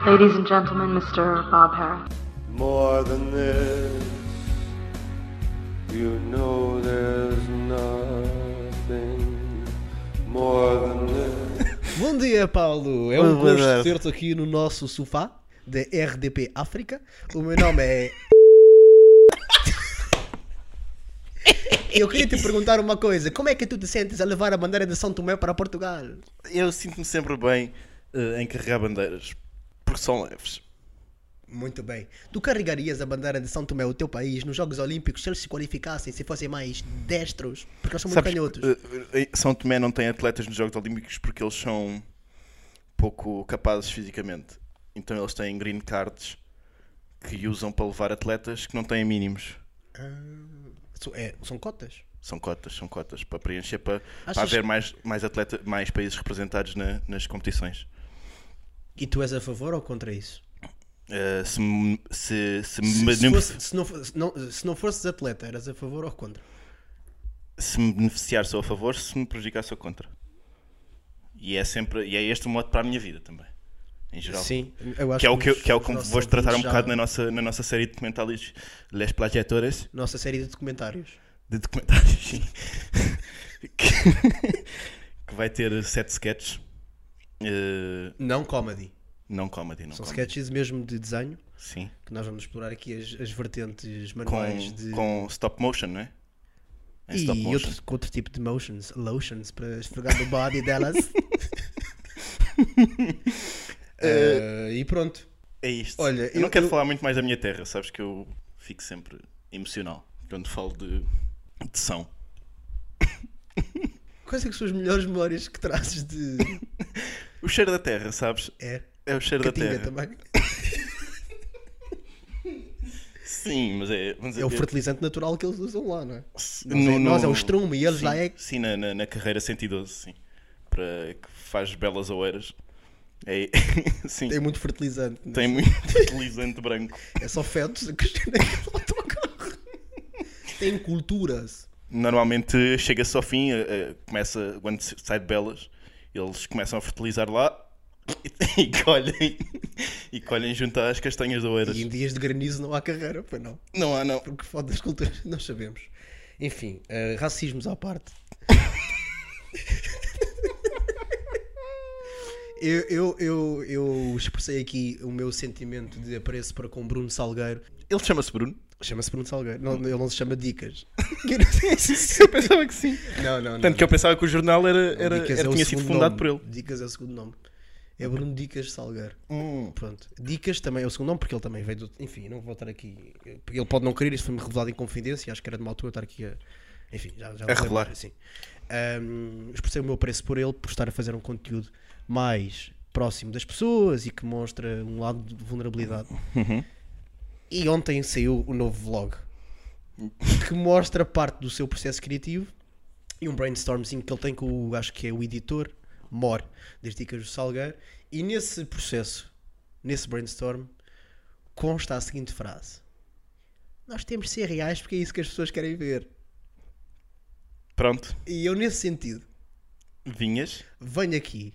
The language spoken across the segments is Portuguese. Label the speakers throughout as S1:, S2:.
S1: Ladies and gentlemen, Mr. Bob Harris.
S2: More than this, you know there's nothing more than this.
S3: Bom dia, Paulo. É
S4: Boa
S3: um gosto
S4: tarde.
S3: ter-te aqui no nosso sofá da RDP África. O meu nome é. Eu queria te perguntar uma coisa. Como é que tu te sentes a levar a bandeira de São Tomé para Portugal?
S4: Eu sinto-me sempre bem eh, em carregar bandeiras, porque são leves.
S3: Muito bem. Tu carregarias a bandeira de São Tomé, o teu país, nos Jogos Olímpicos se eles se qualificassem, se fossem mais destros? Porque eles são muito
S4: Sabes,
S3: canhotos.
S4: eh, eh, São Tomé não tem atletas nos Jogos Olímpicos porque eles são pouco capazes fisicamente. Então eles têm green cards que usam para levar atletas que não têm mínimos.
S3: São- é, são cotas.
S4: São cotas, são cotas para preencher para,
S3: Achas-
S4: para haver mais, mais, atleta, mais países representados na- nas competições.
S3: E tu és a favor ou contra isso?
S4: Eh, se, me- se, se,
S3: Se,
S4: me
S3: se fosse- se não, fo- se não- se não fosses atleta, eras a favor ou contra?
S4: se me beneficiar sou a favor, se me prejudicar sou contra. E é sempre, e é este o modo para a minha vida também, em geral.
S3: Sim, eu acho
S4: Que é o que, eu-
S3: os-
S4: que é o
S3: os
S4: que
S3: nossos
S4: vou tratar um
S3: ouvintes já-
S4: bocado na nossa, na nossa série de documentários Les Plagiadores,
S3: Nossa série de documentários.
S4: de documentários sim. que, que vai ter sete sketches, eh,
S3: Não comedy.
S4: não comedy, não
S3: São
S4: comedy.
S3: sketches mesmo de desenho,
S4: Sim,
S3: que nós vamos explorar aqui as, as vertentes
S4: com,
S3: manuais de...
S4: com stop motion, não é? Em stop
S3: E
S4: motion.
S3: outro, com outro tipo de motions, lotions, para esfregar no body delas. Eh, e pronto.
S4: É isto.
S3: Olha,
S4: eu, não
S3: eu-
S4: quero
S3: eu-
S4: falar muito mais da minha terra, sabes que eu fico sempre emocional quando falo de, de São.
S3: Quais é que são as melhores memórias que trazes de...
S4: O cheiro da terra, sabes?
S3: É,
S4: É o cheiro da
S3: Catinga
S4: terra.
S3: também.
S4: Sim, mas é. Mas
S3: É o fertilizante natural que eles usam lá, não é?
S4: se-
S3: nós é- nós é o estrume e eles
S4: sim,
S3: lá é-
S4: Sim, na, na, na carreira 112, sim. Para que faz belas oeiras. É, sim,
S3: Tem
S4: tem,
S3: muito fertilizante. não é?
S4: muito fertilizante branco.
S3: É só fetos a crescer naquele autocarro. Tem culturas.
S4: Normalmente chega-se ao fim, eh, eh, começa, quando se- sai de belas, eles começam a fertilizar lá e, colhem e colhem junto às castanhas de oeiras.
S3: E em dias de granizo não há carreira, pois não.
S4: Não há, não.
S3: Porque foda das culturas, nós sabemos. Enfim, eh, racismos à parte. Eu, eu, eu, eu expressei aqui o meu sentimento de apreço para com Bruno Salgueiro.
S4: Ele chama-se Bruno.
S3: Chama-se Bruno Salgueiro. Não, ele não se chama Dicas.
S4: Eu pensava que sim.
S3: Não, não, não.
S4: Tanto que eu pensava que o jornal era, era,
S3: Dicas
S4: era-
S3: é o
S4: tinha sido
S3: segundo
S4: fundado
S3: nome.
S4: por ele.
S3: Dicas é o segundo nome. É Bruno Dicas Salgueiro.
S4: Hum.
S3: Pronto. Dicas também é o segundo nome, porque ele também veio do. Enfim, não vou estar aqui. Ele pode não querer, isso foi-me revelado em confidência. Acho que era de uma altura estar aqui a. Enfim, já, já
S4: A revelar.
S3: Assim. Ahm, expressei o meu apreço por ele, por estar a fazer um conteúdo mais próximo das pessoas e que mostra um lado de vulnerabilidade.
S4: Uhum.
S3: E ontem saiu o novo vlog que mostra parte do seu processo criativo e um brainstormzinho que ele tem com o, acho que é o editor Mor, das Dicas do Salgueiro. E nesse processo, nesse brainstorm, consta a seguinte frase: Nós temos de ser reais porque é isso que as pessoas querem ver.
S4: Pronto,
S3: E eu, nesse sentido,
S4: vinhas
S3: venho aqui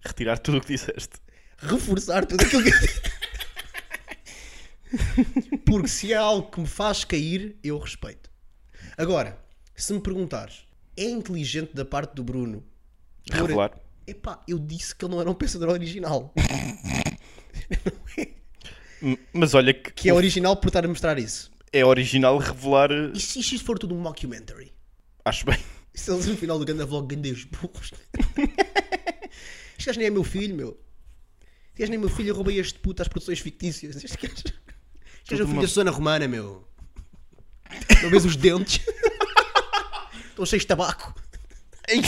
S4: retirar tudo o que disseste.
S3: reforçar tudo aquilo que eu disse. Porque se é algo que me faz cair, eu respeito. Agora, se me perguntares, é inteligente da parte do Bruno por-
S4: Revelar.
S3: Epá, eu disse que ele não era um pensador original.
S4: M- Mas olha que,
S3: Que é original por estar a mostrar isso.
S4: é original revelar. eh,
S3: E se isto for tudo um mockumentary?
S4: Acho bem.
S3: E se eles no final do grande vlog gandes burros? este gajo nem é meu filho, meu. Este gajo nem é meu filho, eu roubei este puto às produções fictícias. Este gajo, este gajo é o filho
S4: uma-
S3: da Susana Romana, meu. Não vês os dentes? Estão cheios de tabaco.
S4: Ei,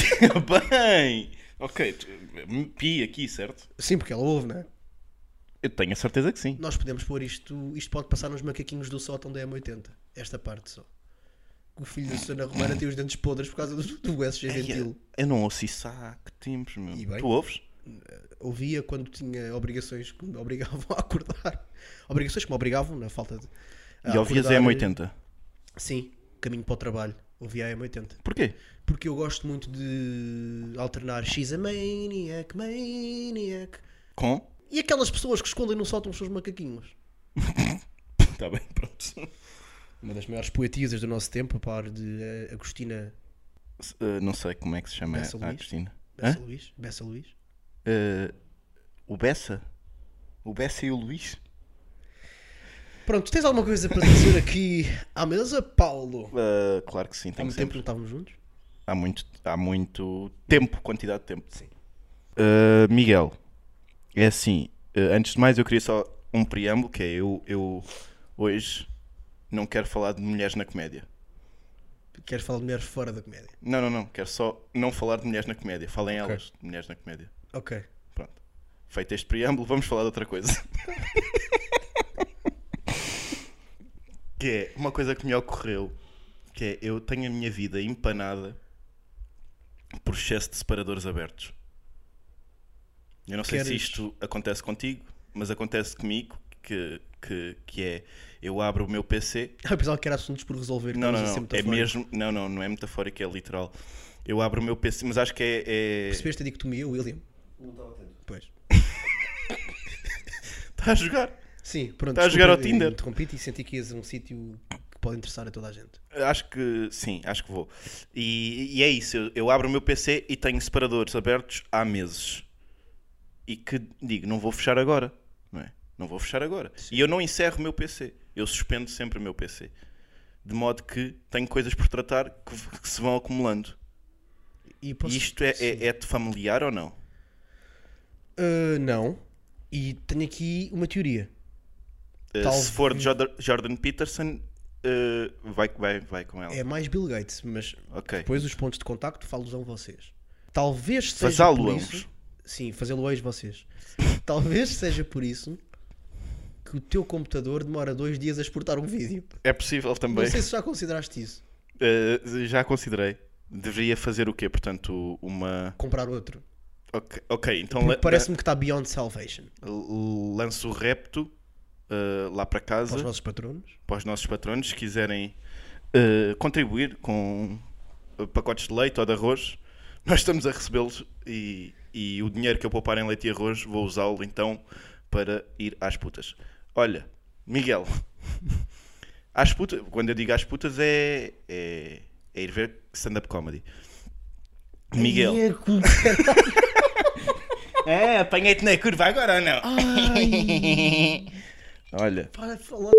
S4: bem! Ok, tu- me pi aqui, certo?
S3: Sim, porque ela ouve, não é?
S4: Eu tenho a certeza que sim.
S3: Nós podemos pôr isto, isto pode passar nos macaquinhos do sótão da M80. Esta parte só. O filho da Susana Romana tem os dentes podres por causa do, do SG
S4: Ei,
S3: Gentil.
S4: eh, eu não ouço isso há que tempos, meu.
S3: E bem?
S4: Tu ouves?
S3: ouvia quando tinha obrigações que me obrigavam a acordar. Obrigações que me obrigavam, na falta de. a
S4: e ouvias a
S3: acordar.
S4: M80.
S3: Sim, caminho para o trabalho. Ouvia a M80.
S4: Porquê?
S3: Porque eu gosto muito de alternar X a Maniac, Maniac.
S4: Com?
S3: E aquelas pessoas que escondem no sótão os seus macaquinhos?
S4: Está
S3: Tá
S4: bem, pronto.
S3: Uma das maiores poetisas do nosso tempo, a par de eh, Agostina
S4: Eh, não sei como é que se chama
S3: Bessa
S4: a
S3: Luís?
S4: Agostina. Hã?
S3: Bessa Luís. Bessa Luís.
S4: Eh, o Bessa? O Bessa e o Luís?
S3: Pronto, tens alguma coisa para dizer aqui à mesa, Paulo?
S4: Eh, claro que sim,
S3: Há
S4: tem
S3: muito
S4: que
S3: tempo que
S4: sempre.
S3: não estávamos juntos.
S4: Há muito, há muito tempo, quantidade de tempo. Sim. Miguel, é assim. eh, antes de mais, eu queria só um preâmbulo, que é eu, eu hoje não quero falar de mulheres na comédia.
S3: Queres falar de mulheres fora da comédia?
S4: Não, não, não. Quero só não falar de mulheres na comédia. Falem
S3: Ok.
S4: elas de mulheres na comédia.
S3: Ok.
S4: Pronto. Feito este preâmbulo, vamos falar de outra coisa. que é uma coisa que me ocorreu, que é eu tenho a minha vida empanada por excesso de separadores abertos. Eu não sei se
S3: Queres-
S4: isto acontece contigo, mas acontece comigo que, que, que é eu abro o meu PC
S3: Ah, Eu pensava que era assuntos por resolver.
S4: não, não,
S3: estamos assim a ser
S4: não. É
S3: metafóricos.
S4: mesmo. Não, não, não é metafórico, é literal. Eu abro o meu PC, mas acho que é. é...
S3: Percebeste a dicotomia, William?
S2: Não estava atento.
S3: Pois.
S4: Está Tá a jogar.
S3: Sim, pronto.
S4: Tá a jogar
S3: desculpa,
S4: ao
S3: eu
S4: Tinder.
S3: Interrompi-te e senti que ias a um sítio que pode interessar a toda a gente.
S4: Acho que sim, acho que vou. E, e é isso. Eu, eu abro o meu PC e tenho separadores abertos há meses. E que digo, não vou fechar agora. Não é? Não vou fechar agora. E eu não encerro o meu PC. Eu suspendo sempre o meu PC. De modo que tenho coisas por tratar que, v- que se vão acumulando.
S3: E posso-
S4: E isto é,
S3: Sim.
S4: é, é-te familiar ou não?
S3: Ah, não. E tenho aqui uma teoria.
S4: Uh,
S3: Talvez.
S4: Se for Jordan, Jordan Peterson, uh, vai, vai, vai com ela.
S3: É mais Bill Gates, mas
S4: Ok.
S3: depois os pontos de contacto falos a um vocês. Talvez seja por
S4: Fazá-lo-amos.
S3: isso... Sim, fazê-lo hoje vocês. Talvez seja por isso que o teu computador demora dois dias a exportar um vídeo.
S4: É possível também.
S3: Não sei se já consideraste isso.
S4: Uh, já considerei. Deveria fazer o quê? Portanto, uma.
S3: Comprar outro.
S4: Ok, ok, então
S3: Porque
S4: la-
S3: Parece-me que está Beyond Salvation.
S4: la- lanço o repto uh, lá para
S3: Para os
S4: casa para os,
S3: nossos patronos.
S4: nossos patronos se quiserem uh, contribuir com uh, pacotes de leite ou de arroz. Nós estamos a recebê-los e, e o dinheiro que eu poupar em leite e arroz vou usá-lo então para ir às putas. Olha, Miguel, às putas, quando eu digo às putas é, é, é ir ver stand-up comedy. Miguel.
S3: Ai, é cu-
S4: É, apanhei-te na curva agora ou não?
S3: Ai,
S4: Olha,
S3: para de falar.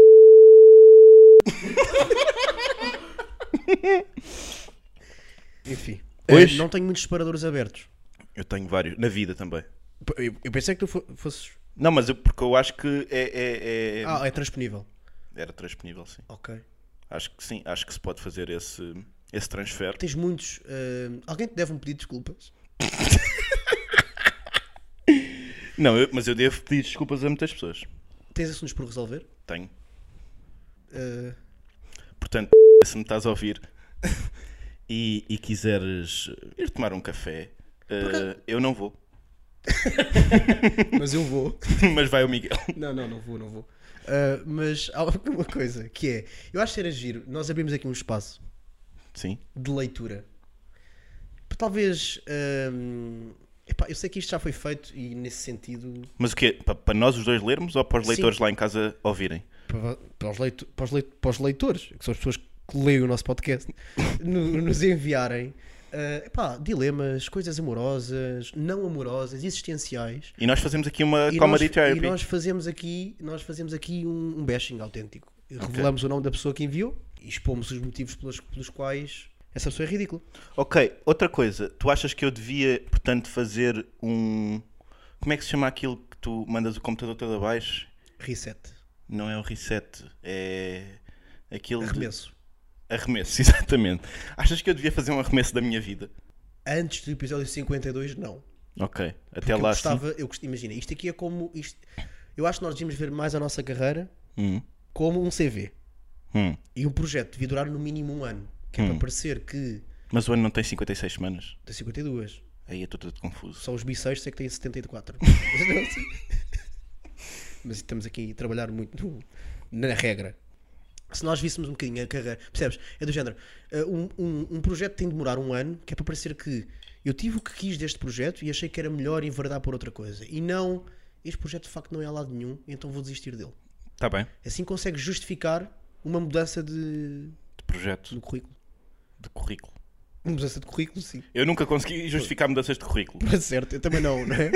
S3: Enfim.
S4: Pois.
S3: Eh, Não tenho muitos separadores abertos.
S4: eu tenho vários, na vida também.
S3: P- Eu eu pensei que tu fo- fosses.
S4: Não, mas eu, porque eu acho que é, é- é-
S3: Ah, é transponível.
S4: era transponível, sim.
S3: Ok.
S4: Acho que sim, acho que se pode fazer esse, esse transfer.
S3: Tens muitos. eh, Alguém te deve um pedido de desculpas.
S4: Não, eu- mas eu devo pedir desculpas a muitas pessoas.
S3: Tens assuntos por resolver.
S4: Tenho.
S3: Eh,
S4: Portanto, se me estás a ouvir e, e quiseres ir tomar um café, eh, eu não vou.
S3: mas eu vou.
S4: mas vai o Miguel.
S3: Não, não, não vou, não vou. Ah, mas há uma coisa que é: eu acho que era giro. Nós abrimos aqui um espaço
S4: Sim.
S3: de leitura. Talvez. hum, epá, eu sei que isto já foi feito e nesse sentido.
S4: Mas o quê? Pa- Para nós os dois lermos ou para os
S3: Sim.
S4: leitores lá em casa ouvirem?
S3: Para, para os leitu- para os leitu- para os leitores, que são as pessoas que leem o nosso podcast, no- nos enviarem. ah, epá, dilemas, coisas amorosas, não amorosas, existenciais.
S4: E nós fazemos aqui uma
S3: E nós,
S4: comedy
S3: e
S4: therapy.
S3: nós fazemos aqui, nós fazemos aqui um, um bashing autêntico. Revelamos o nome da pessoa que enviou e expomos os motivos pelos, pelos quais essa pessoa é ridícula.
S4: Ok, outra coisa. Tu achas que eu devia, portanto, fazer um. Como é que se chama aquilo que tu mandas o computador todo abaixo?
S3: Reset.
S4: Não é um reset, é. Aquilo. de-
S3: Arremesso.
S4: Arremesso, exatamente. Achas que eu devia fazer um arremesso da minha vida?
S3: Antes do episódio 52, não.
S4: Ok, até
S3: Porque eu
S4: lá sim.
S3: gostava, eu gost- imagina, isto aqui é como. Isto, eu acho que nós devíamos ver mais a nossa carreira
S4: Hum,
S3: como um CV.
S4: hum.
S3: E um projeto devia durar no mínimo um ano. Que é para parecer que.
S4: Mas o ano não tem 56 semanas.
S3: Tem 52.
S4: Aí eu estou todo confuso.
S3: Só os bissextos é que têm 74. Mas estamos aqui a trabalhar muito no- na regra. Se nós víssemos um bocadinho a carreira, percebes? É do género. eh, um, um- um projeto tem de demorar um ano, que é para parecer que eu tive o que quis deste projeto e achei que era melhor enverdar por outra coisa. E não este projeto de facto não é a lado nenhum, então vou desistir dele.
S4: Está Tá bem.
S3: Assim consegue justificar uma mudança de,
S4: De projeto,
S3: de currículo.
S4: de currículo.
S3: Uma mudança de currículo, sim.
S4: Eu nunca consegui justificar mudanças de currículo.
S3: Mas certo, eu também não, não é?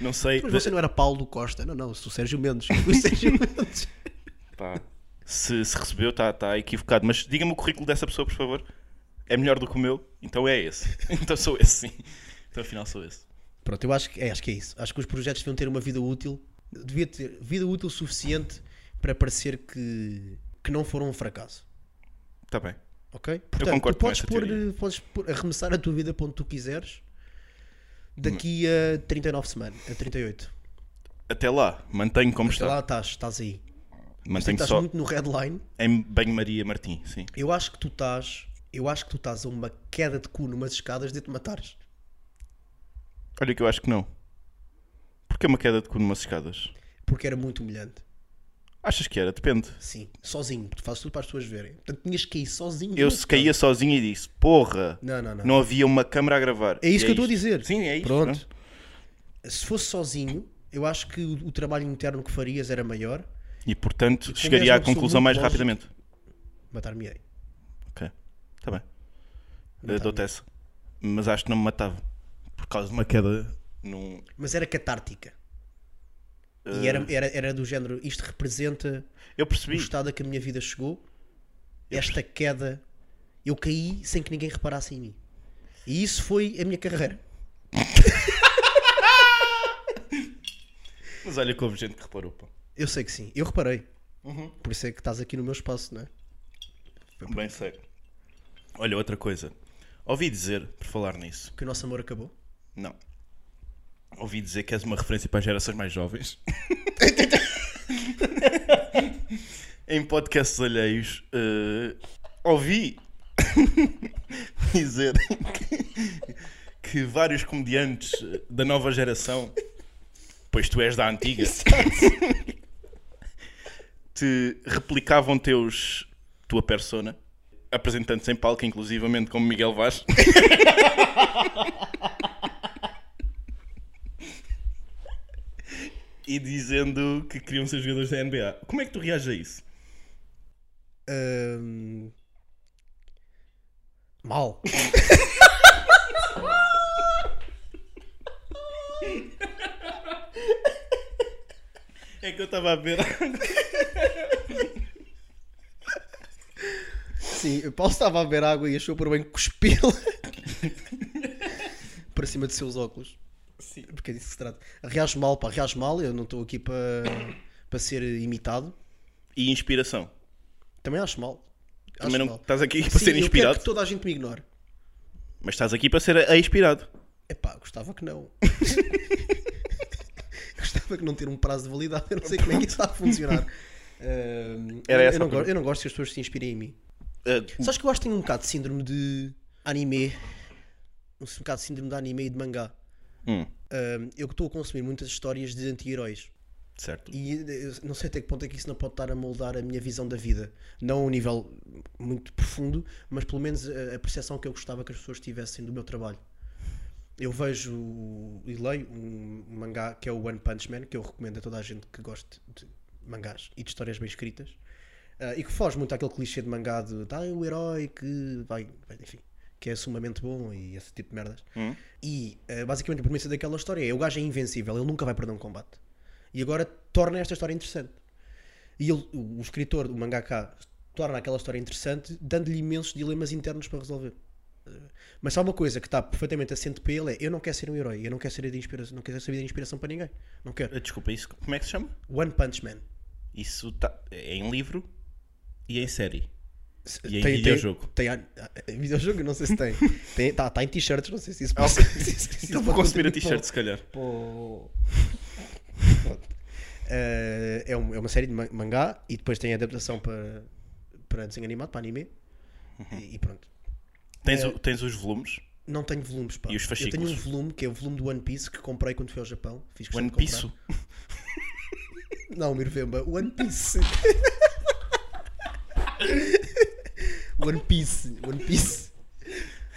S4: Não sei.
S3: Mas você não era Paulo Costa, não, não, eu sou o Sérgio Mendes. O Sérgio Mendes.
S4: Pá, se, se recebeu, está tá equivocado. Mas diga-me o currículo dessa pessoa, por favor. É melhor do que o meu? Então é esse. Então sou esse, sim. Então afinal sou esse.
S3: Pronto, eu acho que, é, acho que é isso. Acho que os projetos deviam ter uma vida útil. Devia ter vida útil suficiente para parecer que, que não foram um fracasso.
S4: Está Tá bem.
S3: Ok? tu
S4: concordo com
S3: podes,
S4: essa
S3: pôr,
S4: teoria.
S3: podes pôr- arremessar a tua vida para onde tu quiseres daqui
S4: Hum.
S3: a 39 semanas, a 38.
S4: Até lá, mantenho como
S3: Até
S4: está.
S3: lá estás, estás aí. Sim,
S4: Mantenho
S3: estás
S4: só
S3: muito no redline.
S4: em banho-maria Martim, sim.
S3: Eu acho que tu estás. Eu acho que tu estás a uma queda de cu numas escadas de te matares.
S4: Olha que eu acho que não. Porque é uma queda de cu numas escadas.
S3: Porque era muito humilhante.
S4: Achas que era? Depende.
S3: Sim, sozinho. Tu fazes tudo para as pessoas verem. Portanto, tinhas que cair sozinho.
S4: Eu
S3: numa
S4: se
S3: escada.
S4: caía sozinho e disse, porra,
S3: Não, não, não.
S4: não havia uma câmara a gravar.
S3: É isso
S4: E
S3: que eu estou a
S4: isto.
S3: dizer.
S4: Sim, é isso.
S3: Pronto. Se fosse sozinho, eu acho que o, o trabalho interno que farias era maior.
S4: E portanto,
S3: como és
S4: chegaria
S3: uma
S4: à
S3: pessoa
S4: conclusão
S3: muito
S4: mais
S3: lógica-
S4: rapidamente.
S3: Matar-me-ei.
S4: Ok, está bem. Eu Dou-te essa. Mas acho que não me matava. Por causa de tá uma queda num...
S3: Mas era catártica.
S4: Ah.
S3: E era, era, era do género: isto representa
S4: Eu
S3: o
S4: percebi.
S3: estado a que a minha vida chegou. Esta queda. Eu caí sem que ninguém reparasse em mim. E isso foi a minha carreira.
S4: Mas olha que houve gente que reparou. pá.
S3: Eu sei que sim. Eu reparei.
S4: Uhum.
S3: Por isso é que estás aqui no meu espaço, não é?
S4: Bem sei. Olha, outra coisa. Ouvi dizer, por falar nisso,
S3: Que o nosso amor acabou.
S4: Não. Ouvi dizer que és uma referência para as gerações mais jovens. em podcasts alheios, eh, ouvi dizer que, que vários comediantes eh, da nova geração, pois tu és da antiga, te replicavam teus, tua persona, apresentando-se em palco, inclusivamente como Miguel Vaz. e dizendo que queriam ser jogadores da NBA. Como é que tu reages a isso?
S3: Ahm, Mal.
S4: É que eu estava a ver.
S3: Sim, o Paulo estava a beber água e achou por bem cuspi-la para cima de seus óculos. Sim. Porque é disso que se trata. Reage mal, pá, reage mal. Eu não estou aqui para, para ser imitado.
S4: E inspiração.
S3: Também acho mal. Acho
S4: Também não
S3: mal.
S4: estás aqui para
S3: Sim,
S4: ser
S3: Eu
S4: inspirado,
S3: quero que toda a gente me ignore.
S4: mas estás aqui para ser a- a inspirado.
S3: Epá, gostava que não. gostava que não ter um prazo de validade. Eu não sei como é que isso está a funcionar. Ahm,
S4: Era
S3: eu-
S4: essa
S3: eu,
S4: a
S3: não go-
S4: pergunta.
S3: eu não gosto que as pessoas se inspirem em mim.
S4: Ah,
S3: Sabes que eu acho que tenho um bocado de síndrome de anime. Um bocado de síndrome de anime e de mangá.
S4: hum,
S3: Ahm, eu que estou a consumir muitas histórias de anti-heróis.
S4: certo.
S3: E eu não sei até que ponto é que isso não pode estar a moldar a minha visão da vida. Não a um nível muito profundo, mas pelo menos a, a percepção que eu gostava que as pessoas tivessem do meu trabalho. Eu vejo e leio um mangá que é o One Punch Man, que eu recomendo a toda a gente que goste de mangás e de histórias bem escritas. Ah, e que foge muito àquele clichê de mangá de ah, o herói que vai, vai", enfim, que é sumamente bom e esse tipo de merdas. E ah, basicamente a premissa daquela história é o gajo é invencível, ele nunca vai perder um combate. E agora torna esta história interessante. E ele- o escritor, o mangaka, torna aquela história interessante, dando-lhe imensos dilemas internos para resolver. Eh, Mas há uma coisa que está perfeitamente assente para ele é eu não quero ser um herói, eu não quero ser de inspiração, não quero saber de inspiração para ninguém. Não quero.
S4: Ah, Desculpa, isso como é que se chama?
S3: One Punch Man.
S4: Isso tá, é em livro e em série.
S3: Se-
S4: E em videojogo?
S3: Tem, an- ah, em videojogo não sei se tem. tem tá, tá em t-shirts, não sei se isso
S4: Ah,
S3: pode-
S4: ok.
S3: se isso- se isso
S4: Então vou
S3: pode
S4: consumir a
S3: contribuir
S4: t-shirt, se calhar.
S3: para o- Pronto. Eh, é, um- é uma série de ma- mangá e depois tem adaptação para, para desenho animado, para anime. E, e pronto.
S4: Tens, o- tens os volumes.
S3: Não tenho volumes, pá.
S4: E os
S3: Eu tenho um
S4: fascículos?
S3: volume que é o volume do One Piece que comprei quando fui ao Japão. Fiz questão
S4: One
S3: de comprar.
S4: Piece.
S3: Não, Mirvemba, One Piece. One Piece, One Piece.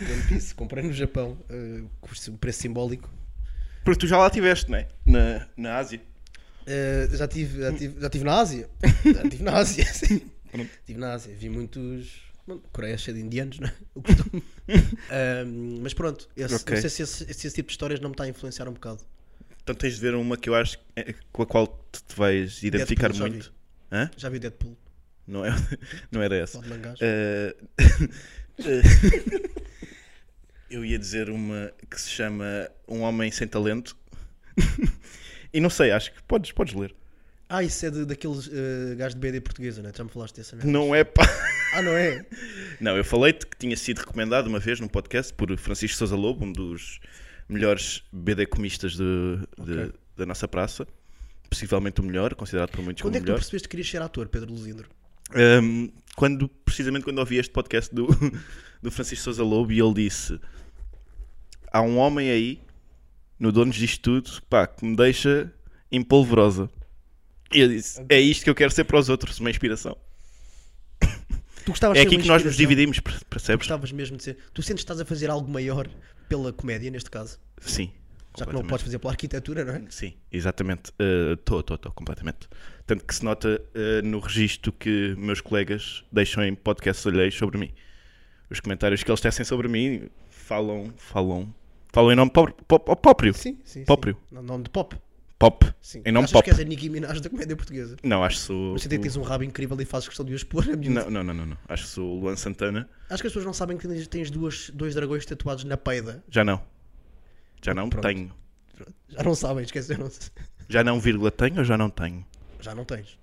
S3: One Piece, comprei no Japão, eh, custo- um preço simbólico.
S4: Porque tu já lá estiveste, não é? Na, na Ásia.
S3: Eh, já, tive, já, tive, já tive na Ásia. já tive na Ásia, sim. Tive na Ásia. Vi muitos. Bom, Coreia é cheia de indianos, não é? O costume. Ahm, mas pronto, esse,
S4: Ok.
S3: não sei se esse, se esse tipo de histórias não me está a influenciar um bocado.
S4: Então tens de ver uma que eu acho que é- com a qual te, te vais identificar
S3: Deadpool, já
S4: muito. Hã?
S3: Já vi o Deadpool,
S4: Não, é, não era essa.
S3: lá de mangás.
S4: Eh, eu ia dizer uma que se chama Um Homem Sem Talento. e não sei, acho que podes, podes ler.
S3: Ah, isso é de, daqueles eh, gajos de BD portuguesa, não é? Já me falaste dessa merda.
S4: Não é pá.
S3: Ah, não é?
S4: Não, eu falei-te que tinha sido recomendado uma vez num podcast por Francisco Sousa Lobo, um dos melhores BD comistas de, de-
S3: Ok.
S4: da nossa praça. Possivelmente o melhor, considerado por muitos
S3: Quando
S4: como
S3: é
S4: o
S3: que tu
S4: melhor.
S3: percebeste que querias ser ator, Pedro Luzindro?
S4: Ahm, quando, precisamente quando ouvi este podcast do, do Francisco Sousa Lobo e ele disse há um homem aí no dono disto tudo pá, que me deixa empolvorosa e eu disse, é isto que eu quero ser para os outros, uma inspiração
S3: Tu gostavas
S4: é
S3: de ser
S4: aqui
S3: uma
S4: que nós nos
S3: inspiração?
S4: dividimos, per- percebes?
S3: Gostavas mesmo de ser. Tu sentes que estás a fazer algo maior pela comédia, neste caso? Já
S4: Sim
S3: que não
S4: completamente.
S3: podes fazer pela arquitetura, não é?
S4: Sim, exatamente. Eh, Estou, estou, estou, completamente. Tanto que se nota eh, no registro que meus colegas deixam em podcasts alheios sobre mim. Os comentários que eles tecem sobre mim falam, falam, falam em nome pró- pró- próprio.
S3: sim.
S4: Próprio.
S3: No nome de pop.
S4: Pop.
S3: Sim.
S4: Em nome
S3: Achas
S4: pop.
S3: que és a Nicki Minaj da comédia portuguesa?
S4: Não, acho que sou.
S3: Mas
S4: o-
S3: senti que tens um rabo incrível e fazes questão de o expor. a miúdo.
S4: Não, não, não, não, não. Acho que sou o Luan Santana.
S3: Acho que as pessoas não sabem que tens- tens duas, dois dragões tatuados na peida.
S4: Já não. Já não
S3: Pronto.
S4: tenho.
S3: Já não sabem, esqueceram-se.
S4: Já não, vírgula, tenho ou já não tenho?
S3: Já não tens.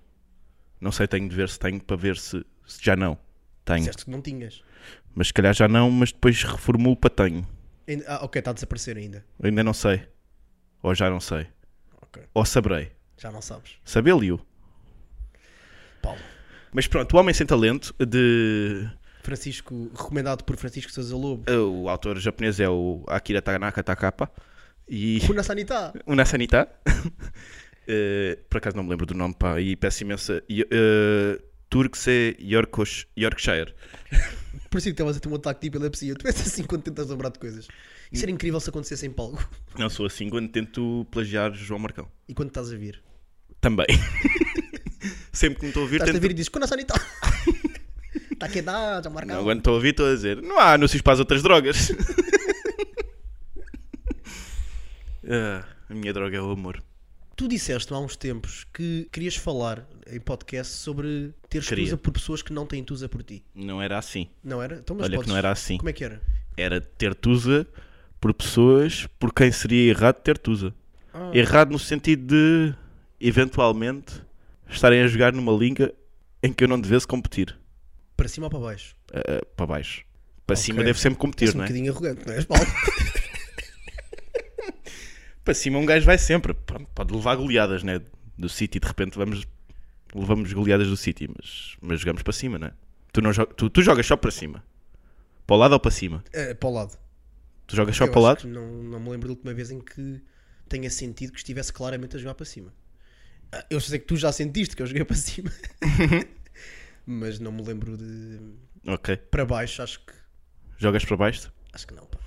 S4: Não sei, tenho de ver se tenho para ver se, se já não tenho.
S3: Disseste que não tinhas.
S4: Mas se calhar já não, mas depois reformulo para tenho.
S3: Ainda- Ah, ok, está a desaparecer ainda.
S4: Ainda não sei. Ou já não sei.
S3: Ok.
S4: Ou saberei.
S3: Já não sabes.
S4: Sabê-lo.
S3: Paulo.
S4: Mas pronto, O Homem Sem Talento, de.
S3: Francisco, recomendado por Francisco Sousa Lobo.
S4: eh, O autor japonês é o Akira Tanaka Takapa. E.
S3: Kuna Sanita.
S4: O Nassanita. Eh, por acaso não me lembro do nome, pá. E peço imensa. E, eh, Turkse Yorkos- Yorkshire.
S3: Por isso que estavas a ter um ataque de epilepsia. Tu és assim quando tentas lembrar de coisas. Isso era incrível se acontecesse em palco.
S4: Não sou assim quando tento plagiar João Marcão.
S3: E quando estás a vir?
S4: Também. Sempre que me estou a ouvir,
S3: Estás a
S4: tento.
S3: vir e dizes Kuna Sanita. Está que dá, já marcado.
S4: Não, quando estou a ouvir, estou a dizer: não há anúncios para as outras drogas. Ah, a minha droga é o amor.
S3: Tu disseste há uns tempos que querias falar em podcast sobre ter
S4: Queria.
S3: tusa por pessoas que não têm tusa por ti.
S4: Não era assim.
S3: Não era? Então, mas
S4: Olha que
S3: podes-
S4: não era assim.
S3: Como é que era?
S4: Era ter tusa por pessoas por quem seria errado ter tusa. Errado no sentido de, eventualmente, estarem a jogar numa liga em que eu não devesse competir.
S3: Para cima ou para baixo?
S4: Ah, para baixo. Para
S3: Ok.
S4: cima devo sempre competir,
S3: És um
S4: não é?
S3: bocadinho arrogante, não és, Paulo?
S4: Para cima um gajo vai sempre. Pronto, pode levar goleadas, né? Do City, de repente vamos levamos goleadas do City, mas, mas jogamos para cima, não é? Tu, não jo- tu, tu jogas só para cima. Para o lado ou para cima?
S3: Eh, para o lado.
S4: Tu jogas só
S3: Eu
S4: para o
S3: acho
S4: lado?
S3: que Não, não me lembro da última vez em que tenha sentido que estivesse claramente a jogar para cima. Ah, Eu sei que tu já sentiste que eu joguei para cima,
S4: Uhum.
S3: mas não me lembro de.
S4: Ok.
S3: Para baixo, acho que.
S4: Jogas para baixo?
S3: Acho que não. pá.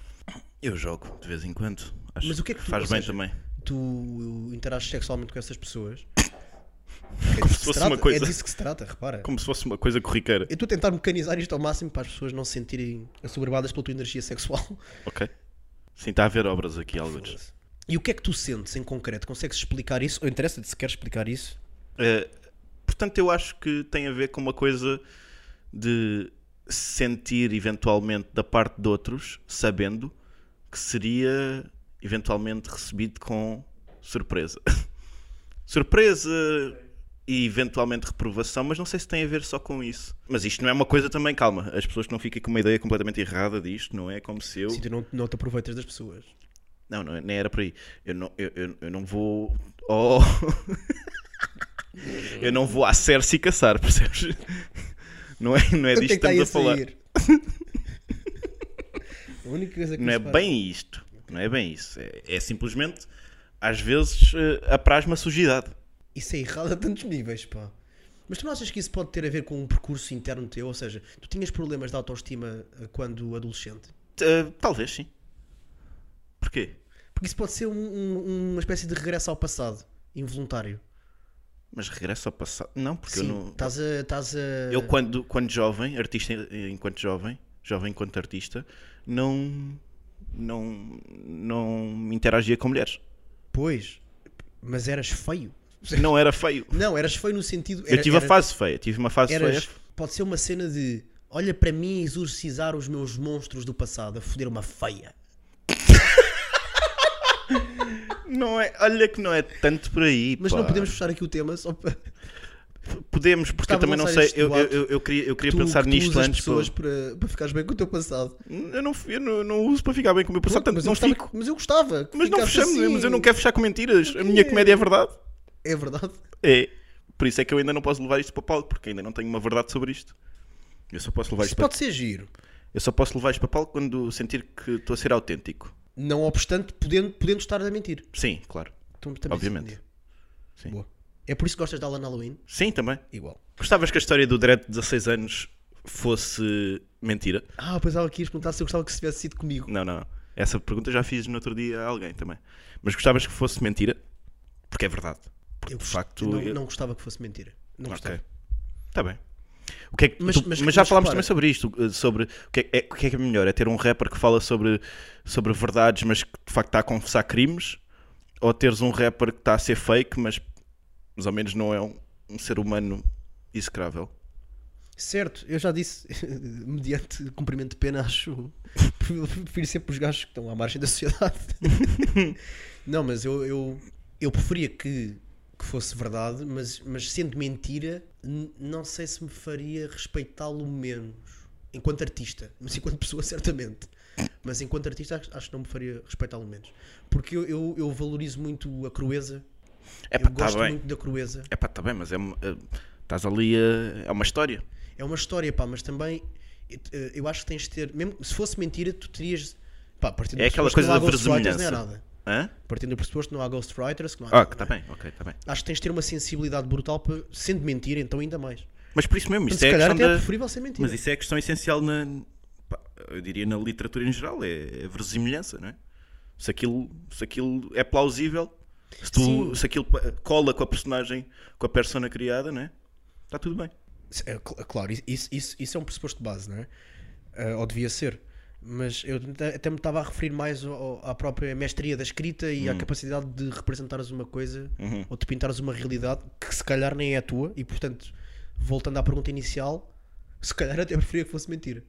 S4: Eu jogo de vez em quando. Acho
S3: Mas o que é que tu-
S4: faz
S3: ou
S4: bem
S3: seja,
S4: também?
S3: Tu interages sexualmente com essas pessoas. É
S4: Como
S3: disso
S4: se
S3: que
S4: fosse
S3: trata,
S4: uma coisa.
S3: É disso que se trata, repara.
S4: Como se fosse uma coisa corriqueira.
S3: Eu estou a tentar mecanizar isto ao máximo para as pessoas não se sentirem assoberbadas pela tua energia sexual.
S4: Ok. Sim, está a haver obras aqui, alguns.
S3: E o que é que tu sentes em concreto? Consegues explicar isso? Ou interessa-te se queres explicar isso?
S4: Eh, portanto, eu acho que tem a ver com uma coisa de sentir eventualmente da parte de outros, sabendo que seria eventualmente recebido com surpresa. surpresa e eventualmente reprovação, mas não sei se tem a ver só com isso. Mas isto não é uma coisa também, calma, as pessoas não fiquem com uma ideia completamente errada disto, não é como se eu...
S3: Sim, tu não, não te aproveitas das pessoas.
S4: Não, não, nem era por aí. Eu não, eu, eu, eu não vou. Oh. eu não vou à Cersei caçar, percebes? Não é, não é
S3: Quanto
S4: disto que
S3: é que está
S4: estamos
S3: aí
S4: a falar.
S3: sair? a única coisa que
S4: Não é
S3: se faz-
S4: bem isto. Não é bem isso. É, é simplesmente, às vezes, eh, apraz-me a sujidade.
S3: Isso é errado a tantos níveis, pá. Mas tu não achas que isso pode ter a ver com um percurso interno teu? Ou seja, tu tinhas problemas de autoestima eh, quando adolescente?
S4: Eh, talvez sim. Porquê? Porque
S3: Porque isso pode ser um- um- uma espécie de regresso ao passado, involuntário.
S4: Mas regresso ao passado. Não, porque eu
S3: Sim, tá, eh.
S4: não.
S3: estás a. Estás a...
S4: Eu, quando, quando jovem, artista eh, enquanto jovem, jovem enquanto artista, não. Não, não interagia com mulheres.
S3: Pois, mas eras feio.
S4: Não era feio.
S3: Não, eras feio no sentido.
S4: eu
S3: era-
S4: tive
S3: era-
S4: a fase feia. Tive uma fase
S3: eras-
S4: feia.
S3: pode ser uma cena de olha para mim exorcizar os meus monstros do passado, a foder uma feia.
S4: Não é, olha que não é tanto por aí.
S3: Mas não
S4: pá.
S3: podemos fechar aqui o tema só para
S4: Podemos, porque eu
S3: Gostava
S4: também
S3: de
S4: não
S3: lançar
S4: sei.
S3: este
S4: Eu, eu,
S3: debate.
S4: eu, eu queria, eu queria
S3: tu,
S4: pensar
S3: que tu
S4: nisto
S3: usas
S4: antes. pô.
S3: pessoas para, para ficares bem com o teu passado.
S4: Eu, não, eu não, não uso para ficar bem com o meu passado. Tanto
S3: mas,
S4: não
S3: eu gostava,
S4: fico.
S3: mas eu gostava. que
S4: Mas não
S3: ficasse
S4: fechamos.
S3: assim.
S4: Mas eu não quero fechar com mentiras. A minha comédia é verdade.
S3: É verdade.
S4: É. Por isso é que eu ainda não posso levar isto para palco, porque ainda não tenho uma verdade sobre isto. Eu só posso levar
S3: Isso
S4: isto para,
S3: pode ser giro.
S4: eu só posso levar isto para palco quando sentir que estou a ser autêntico.
S3: Não obstante, podendo, podendo estar a mentir.
S4: Sim, claro.
S3: Tu também
S4: Obviamente.
S3: se
S4: Sim.
S3: Boa. É por isso que gostas de Alan Halloween?
S4: Sim, também.
S3: Igual.
S4: Gostavas que a história do Dredd de 16 anos fosse mentira?
S3: Ah, pois ela quis perguntar se eu gostava que se tivesse sido comigo.
S4: Não, não. Essa pergunta já fiz no outro dia a alguém também. Mas gostavas que fosse mentira? Porque é verdade. Porque
S3: Eu
S4: de
S3: gost-
S4: facto.
S3: não,
S4: eu-
S3: não gostava que fosse mentira. Não gostava.
S4: Ok. Está bem. O que é que-
S3: Mas-
S4: tu- mas,
S3: mas-
S4: já
S3: mas
S4: falámos
S3: repara.
S4: também sobre isto, eh, sobre o que é, é- o que é que é melhor, é ter um rapper que fala sobre, sobre verdades, mas que de facto está a confessar crimes, ou teres um rapper que está a ser fake, mas mais ou menos não é um, um ser humano execrável.
S3: Certo, eu já disse, mediante cumprimento de pena, acho. Prefiro sempre os gajos que estão à margem da sociedade. não, mas eu, eu, eu preferia que, que fosse verdade, mas, mas sendo mentira, n- não sei se me faria respeitá-lo menos. Enquanto artista, mas enquanto pessoa, certamente. Mas enquanto artista, acho- acho que não me faria respeitá-lo menos. Porque eu, eu, eu valorizo muito a crueza.
S4: É
S3: eu
S4: pá, está
S3: gosto
S4: bem.
S3: muito da crueza.
S4: É pá, está bem, mas é, uma- eh, estás ali a, é uma história.
S3: é uma história, pá, mas também eh, eu acho que tens de ter, mesmo se fosse mentira, tu terias, pá, partindo do
S4: É aquela
S3: pressuposto que
S4: coisa da
S3: não há ghostwriters, não é
S4: verossimilhança.
S3: nada.
S4: Hã?
S3: Partindo do pressuposto que não há ghostwriters, que não há
S4: Ah,
S3: nada,
S4: que está
S3: não é?
S4: bem, ok, está bem.
S3: Acho que tens de ter uma sensibilidade brutal para, sendo mentira, então ainda mais.
S4: Mas por isso mesmo,
S3: Mas
S4: isto
S3: se
S4: é a
S3: calhar
S4: questão
S3: até é
S4: da...
S3: preferível ser mentira.
S4: Mas isso é a questão essencial na. pá, eu diria na literatura em geral, é, é verosimilhança, não é? Se aquilo, se aquilo é plausível, se, tu-
S3: Sim.
S4: se aquilo pa- cola com a personagem, com a persona criada, não é? Está tudo bem.
S3: É, cl- claro, isso, isso, isso é um pressuposto de base, não é? Ah, ou devia ser. Mas eu até- até me estava a referir mais ao- ao- à própria mestria da escrita
S4: Hum.
S3: e à capacidade de representares uma coisa
S4: Uhum.
S3: ou de pintares uma realidade que se calhar nem é a tua e, portanto, voltando à pergunta inicial, se calhar até preferia que fosse mentira.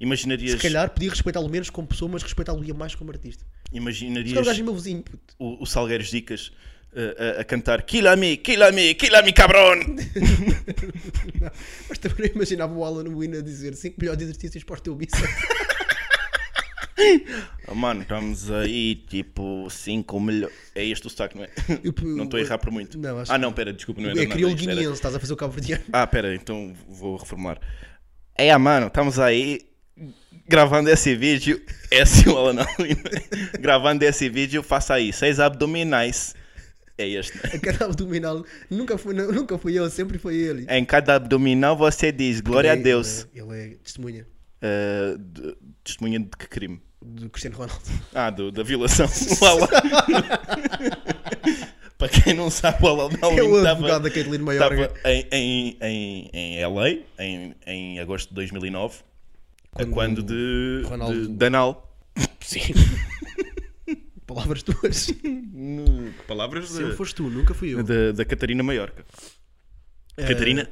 S4: Imaginarias,
S3: Se calhar podia respeitá-lo menos como pessoa, mas respeitá-lo-ia mais como artista. Porque é um
S4: imaginarias
S3: gajo é meu vizinho, puto.
S4: o, o Salgueiros Dicas eh, a, a cantar Kill a me, kill a me, kill a me, cabrón!
S3: Não, Mas também não imaginava o Alan Wynne a dizer 5 milhões de exercícios para o teu bíceps.
S4: Oh, mano, estamos aí tipo 5 milhões. É este o sotaque, não é?
S3: Eu-
S4: Não estou a errar por muito.
S3: Não, acho
S4: ah,
S3: que-
S4: não, pera, desculpa, não era
S3: É
S4: nada.
S3: crioulo
S4: isto era-
S3: guineense, estás a fazer o cabo-verdiano.
S4: Ah, pera, então vou reformar. É, ah, mano, estamos aí gravando esse vídeo. É assim o Alan Alwin. gravando esse vídeo, faça aí seis abdominais. É este.
S3: A cada abdominal nunca fui, não, nunca fui eu, sempre foi ele.
S4: Em cada abdominal você diz É, glória a
S3: Ele é-
S4: Deus.
S3: Ele é, testemunha
S4: Ah, de- testemunha de que crime?
S3: do Cristiano Ronaldo.
S4: Ah, do- da violação. O Alan... Para quem não sabe, o Alan Alwin
S3: É o
S4: tava-
S3: advogado da Caitlyn Maiorga.
S4: Estava em, em, em, em LA, em, em agosto de 2009, quando,
S3: Quando
S4: quando de,
S3: Ronaldo-
S4: de Danal. Sim.
S3: Palavras tuas.
S4: Que Palavras
S3: Sempre
S4: de,
S3: foste tu, nunca fui eu.
S4: da- da Catarina Maiorca.
S3: Eh,
S4: Catarina?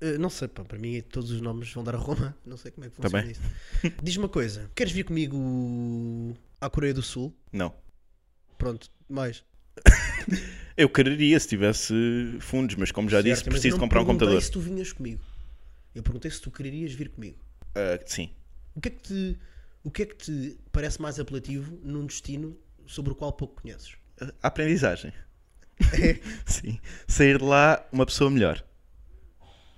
S3: eh, não sei, pá, para mim todos os nomes vão dar a Roma. Não sei como é que
S4: Tá
S3: funciona
S4: bem.
S3: isso. Diz uma coisa: queres vir comigo à Coreia do Sul?
S4: Não.
S3: Pronto, mais.
S4: Eu quereria se tivesse fundos, mas como já
S3: Certo,
S4: disse,
S3: mas eu
S4: preciso
S3: não
S4: comprar um
S3: perguntei
S4: computador.
S3: se tu vinhas comigo. Eu perguntei se tu querias vir comigo.
S4: Ah, sim.
S3: O que é que te, o que é que te parece mais apelativo num destino sobre o qual pouco conheces?
S4: Ah, Aprendizagem.
S3: É.
S4: sim. Sair de lá uma pessoa melhor.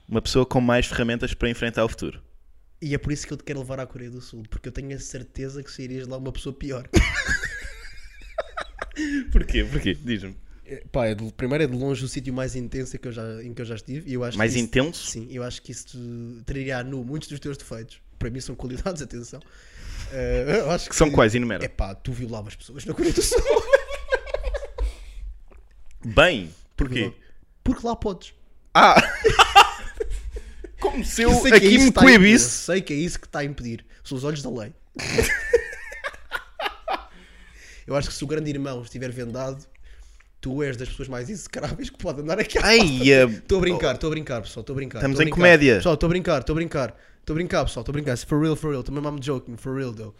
S4: Uma pessoa com mais ferramentas para enfrentar o futuro.
S3: E é por isso que eu te quero levar à Coreia do Sul, porque eu tenho a certeza que sairias de lá uma pessoa pior.
S4: Porquê? Porquê? Diz-me.
S3: Pá, é de- primeiro é de longe o sítio mais intenso em que eu já, em que eu já estive. E eu acho
S4: Mais
S3: que isso-
S4: intenso?
S3: Sim, eu acho que isso te traria à nu muitos dos teus defeitos. Para mim são qualidades, atenção. Eh, eu acho
S4: Que são quais?
S3: É
S4: Enumera.
S3: pá, tu violavas pessoas na Coreia do Sul.
S4: Bem, porquê?
S3: Porque lá podes.
S4: Ah! Como se eu,
S3: Eu sei que é
S4: aqui
S3: isso que
S4: me
S3: está a impedir.
S4: coibisse.
S3: Eu sei que é isso que está a impedir. São os olhos da lei. eu acho que se o grande irmão estiver vendado, tu és das pessoas mais execráveis que pode andar aqui.
S4: Eia,
S3: Estou a brincar, estou a brincar, pessoal, estou a brincar.
S4: Estamos
S3: tô a
S4: em
S3: brincar.
S4: comédia.
S3: Pessoal, estou a brincar, estou a brincar. Estou a brincar, pessoal, estou a brincar. é For real, for real. Também I'm joking, for real, though.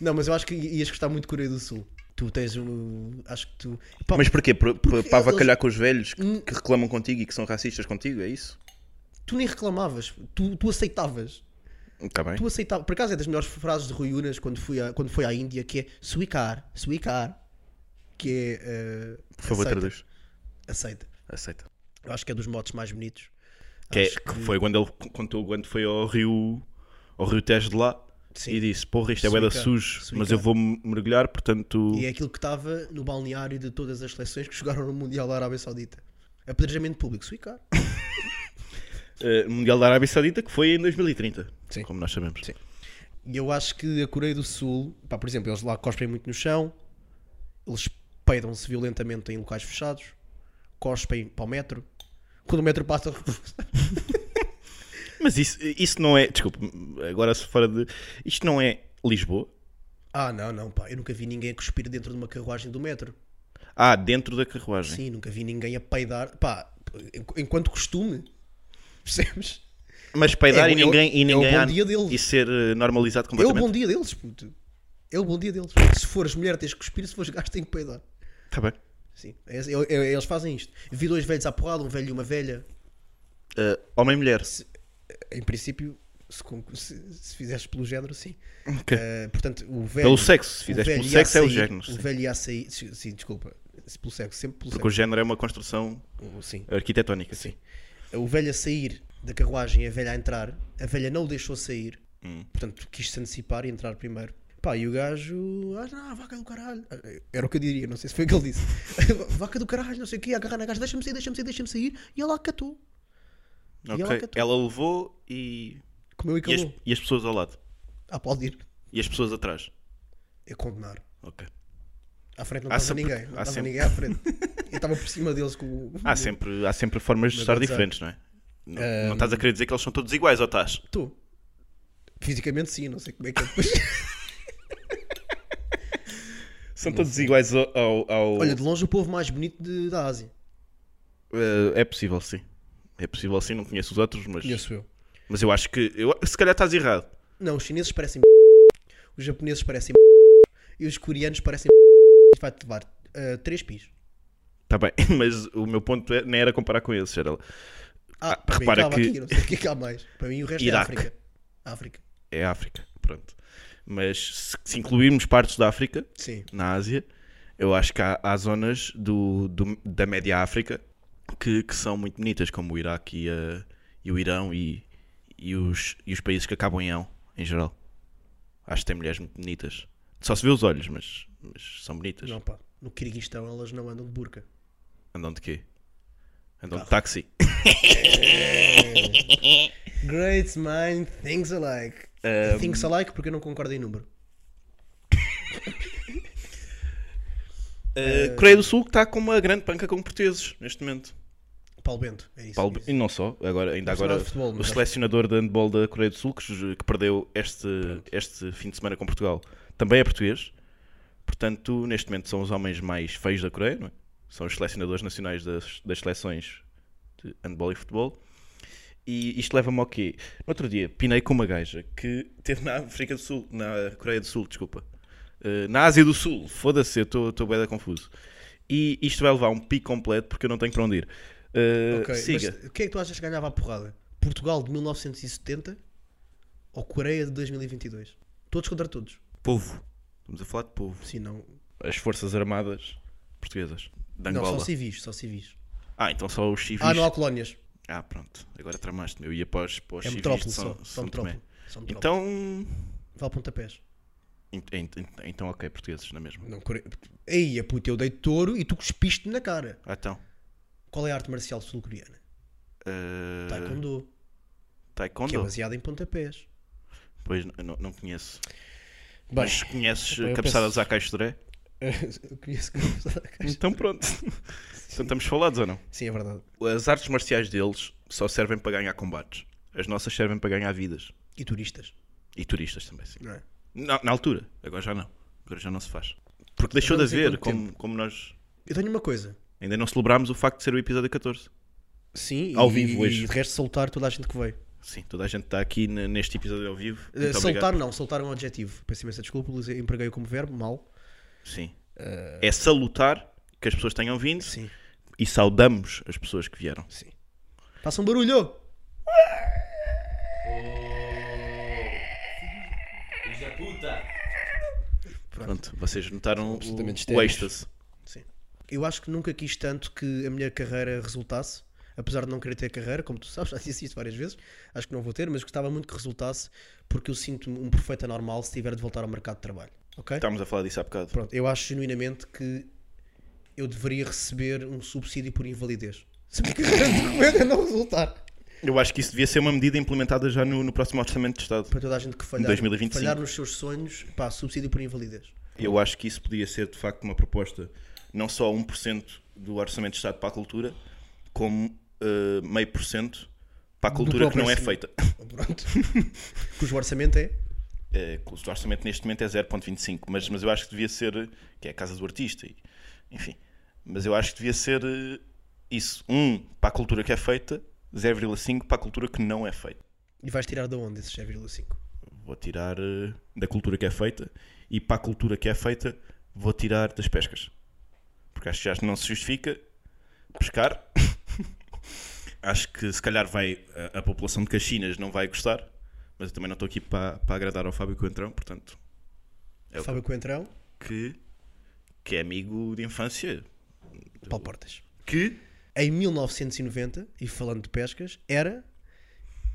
S3: Não, mas eu acho que ias gostar muito de Coreia do Sul. Tu tens um. Acho que tu. Pá,
S4: Mas porquê? Por- por- Para
S3: eles- Hum.
S4: avacalhar com os velhos que, que reclamam contigo e que são racistas contigo, é isso?
S3: tu nem reclamavas, tu, tu aceitavas.
S4: Está bem.
S3: Tu aceitavas. Por acaso é das melhores frases de Rui Unas quando, fui à- quando foi à Índia, que é suicar, suicar. Que é. eh,
S4: Por favor,
S3: aceita,
S4: traduz.
S3: Aceita.
S4: Aceita.
S3: Eu acho que é dos motes mais bonitos.
S4: Que, é-
S3: Acho
S4: que foi quando ele contou quando foi ao Rio, ao Rio Tejo de lá
S3: Sim.
S4: e disse: Porra, isto é bué da
S3: Suica-
S4: sujo,
S3: suica.
S4: mas eu vou me mergulhar, portanto.
S3: E é aquilo que estava no balneário de todas as seleções que jogaram no Mundial da Arábia Saudita. Apedrejamento público, suicar.
S4: eh, Mundial da Arábia Saudita que foi em 2030,
S3: Sim.
S4: como nós sabemos.
S3: Sim. E eu acho que a Coreia do Sul, pá, por exemplo, eles lá cospem muito no chão, eles peidam-se violentamente em locais fechados, cospem para o metro. Quando o metro passa,
S4: Mas isso, isso não é. Desculpe, agora se fora de. Isto não é Lisboa?
S3: ah, não, não, pá, eu nunca vi ninguém a cuspir dentro de uma carruagem do metro.
S4: Ah, dentro da carruagem.
S3: Sim, nunca vi ninguém a peidar, pá, en- enquanto costume, percebes?
S4: Mas peidar
S3: É
S4: e
S3: o- é o-
S4: ninguém.
S3: é
S4: e
S3: o
S4: ninguém
S3: bom
S4: há-
S3: dia deles.
S4: E ser eh,
S3: É
S4: normalizado
S3: o
S4: completamente.
S3: bom dia deles, puto. É o bom dia deles. Se fores mulher, tens que cuspir, se fores gajo, tens que peidar.
S4: Tá bem.
S3: Sim, é- é- é- eles fazem isto. Vi dois velhos à porrada, um velho e uma velha.
S4: Eh, homem e mulher.
S3: Em princípio, se, con- se, se fizeres pelo género, sim.
S4: Ok.
S3: Eh, portanto, o velho.
S4: Pelo sexo, se
S3: o
S4: fizeres pelo
S3: velho ia
S4: sexo é o
S3: sair-
S4: género.
S3: O
S4: sim.
S3: velho ia sair. Sim, sim, desculpa. Se Pelo sexo, sempre pelo
S4: Porque o género é uma construção
S3: sexo. Sim,
S4: arquitetónica.
S3: sim. O velho a sair da carruagem e a velha a entrar. A velha não o deixou sair.
S4: Hum.
S3: Portanto, quis se antecipar e entrar primeiro. Pá, e o gajo. Ah, não, vaca do caralho. Eh, Era o que eu diria, não sei se foi o que ele disse. vaca do caralho, não sei o quê, agarrar na gaja, deixa-me sair, deixa-me sair, deixa-me sair. E ela catou.
S4: Ok.
S3: E ela catou.
S4: Ela levou e.
S3: Comeu e Ah,
S4: E as,
S3: calou.
S4: e as pessoas ao lado.
S3: A aplaudir.
S4: E as pessoas atrás.
S3: Eu É condenar.
S4: Ok.
S3: À frente não
S4: Há
S3: estava
S4: sempre-
S3: ninguém. Não
S4: há
S3: estava
S4: sempre-
S3: ninguém à frente. Eu estava por cima deles com o.
S4: Há sempre, há sempre formas de
S3: Mas
S4: estar
S3: vou dizer-
S4: diferentes, não é? Não, não estás a querer dizer que eles são todos iguais, ou estás?
S3: Tu. Fisicamente sim, não sei como é que é depois.
S4: São todos iguais ao.
S3: Olha, de longe o povo mais bonito de- da Ásia.
S4: é possível, sim. É possível, sim. Não conheço os outros, mas.
S3: Conheço eu.
S4: Mas eu acho que. Eu, se calhar estás errado.
S3: Não, os chineses parecem. Os japoneses parecem. E os coreanos parecem. Vai-te levar 3 pis.
S4: Está Tá bem. Mas o meu ponto é- nem era comparar com esses. Era,
S3: Ah,
S4: Ah,
S3: para mim
S4: repara
S3: acaba
S4: que-
S3: aqui, não sei o que é que há mais. Para mim o resto
S4: Iraque.
S3: é África. África.
S4: é a África. Pronto. Mas se, se incluirmos partes da África,
S3: Sim.
S4: na Ásia, eu acho que há, há zonas do, do- da média África que, que são muito bonitas, como o Iraque e, a- e o Irão e, e, os, e os países que acabam em ão, em geral. Acho que tem mulheres muito bonitas. Só se vê os olhos, mas, mas são bonitas.
S3: Não, pá. No Kirguistão elas não andam de burca.
S4: Andam de quê? Andam de táxi.
S3: Great mind, thinks alike. Thinks alike porque eu não concordo em número.
S4: Uh, Coreia do Sul que está com uma grande panca com portugueses neste momento.
S3: Paulo Bento, é isso.
S4: Paulo-
S3: é isso.
S4: e não só, agora, ainda
S3: Não sei nada
S4: agora
S3: de futebol,
S4: o
S3: mas-
S4: selecionador de handball da Coreia do Sul que, ju- que perdeu este, este fim de semana com Portugal também é português. Portanto, neste momento são os homens mais feios da Coreia, não é? são os selecionadores nacionais das, das seleções de handball e futebol. E isto leva-me ao quê? No outro dia, pinei com uma gaja que teve na África do Sul, na Coreia do Sul, desculpa. Eh, na Ásia do Sul, foda-se, eu estou bem confuso. E isto vai levar um pico completo porque eu não tenho para onde ir. Eh,
S3: Ok,
S4: siga.
S3: mas o que é que tu achas que ganhava a porrada? Portugal de 1970 ou Coreia de 2022? Todos contra todos.
S4: Povo. Estamos a falar de povo.
S3: Sim, não.
S4: As Forças Armadas Portuguesas. De
S3: Não,
S4: Angola.
S3: só civis, só civis.
S4: Ah, então só os civis.
S3: Ah, não há colónias.
S4: Ah, pronto. Agora tramaste-me. Eu ia para os, para os
S3: É
S4: civis
S3: metrópole
S4: de
S3: só.
S4: São,
S3: Só
S4: São
S3: metrópole.
S4: Tomé.
S3: Só metrópole.
S4: Então...
S3: Vale pontapés.
S4: ent- ent- ent- Então, ok, portugueses, na mesma.
S3: Não, Coreia... Ei, a puta, eu dei touro e tu cuspiste na cara.
S4: Ah, então.
S3: Qual é a arte marcial sul-coreana?
S4: eh,
S3: Taekwondo, que é
S4: taekwondo?
S3: baseada em pontapés.
S4: Pois n- não, não conheço.
S3: Bem,
S4: Mas conheces
S3: eu
S4: cabeçadas
S3: penso-
S4: à Caixoturé?
S3: eu conheço cabeçada da caixa.
S4: Então pronto. então estamos falados ou não?
S3: Sim, é verdade.
S4: As artes marciais deles só servem para ganhar combates. As nossas servem para ganhar vidas.
S3: E turistas,
S4: E turistas também, sim.
S3: não é?
S4: Na, na altura, agora já não. Agora já não se faz. Porque deixou de
S3: Vamos em
S4: haver,
S3: quanto
S4: como, como nós
S3: Eu tenho uma coisa.
S4: ainda não celebrámos o facto de ser o episódio 14.
S3: Sim,
S4: Ao
S3: e,
S4: vivo hoje.
S3: e de resto soltar toda a gente que veio.
S4: Sim, toda a gente está aqui n- neste episódio ao vivo.
S3: Eh,
S4: Muito
S3: soltar
S4: obrigado.
S3: não, soltar é um adjetivo. Peço imensa desculpa, Luís, empreguei-o como verbo, mal.
S4: Sim. É salutar que as pessoas tenham vindo
S3: Sim,
S4: e saudamos as pessoas que vieram.
S3: sim. Faça um barulho!
S4: Pronto, vocês notaram
S5: absolutamente
S4: o, o
S5: histéricos.
S4: êxtase.
S3: Sim. Eu acho que nunca quis tanto que a minha carreira resultasse, apesar de não querer ter carreira, como tu sabes, já disse isto várias vezes, acho que não vou ter, mas gostava muito que resultasse, porque eu sinto-me um perfeito anormal se tiver de voltar ao mercado de trabalho. Ok?
S4: Estávamos a falar disso há bocado.
S3: Pronto, eu acho genuinamente que eu deveria receber um subsídio por invalidez. Se a minha carreira de comédia não resultar.
S4: Eu acho que isso devia ser uma medida implementada já no, no próximo Orçamento de Estado.
S3: Para toda a gente que falhar,
S4: 2025.
S3: falhar nos seus sonhos, pá, subsídio por invalidez.
S4: Eu acho que isso podia ser de facto uma proposta, não só 1% do Orçamento de Estado para a cultura, como eh, meio por cento para a cultura que
S3: próprio
S4: não é
S3: orçamento.
S4: feita.
S3: Pronto. Cujo orçamento é.
S4: Eh, que o orçamento neste momento é 0,25, mas, mas eu acho que devia ser, que é a casa do artista, e- enfim, mas eu acho que devia ser eh, isso, 1 para a cultura que é feita, 0,5 para a cultura que não é feita.
S3: E vais tirar de onde esse 0,5?
S4: Vou tirar eh, da cultura que é feita e para a cultura que é feita vou tirar das pescas, porque acho que já não se justifica pescar. acho que se calhar vai, a, a população de Caxinas não vai gostar, mas eu também não estou aqui para, para agradar ao Fábio Coentrão, portanto... É o que
S3: Fábio Coentrão,
S4: que, que é amigo de infância.
S3: Paulo Portas.
S4: Que?
S3: em 1990, e falando de pescas, era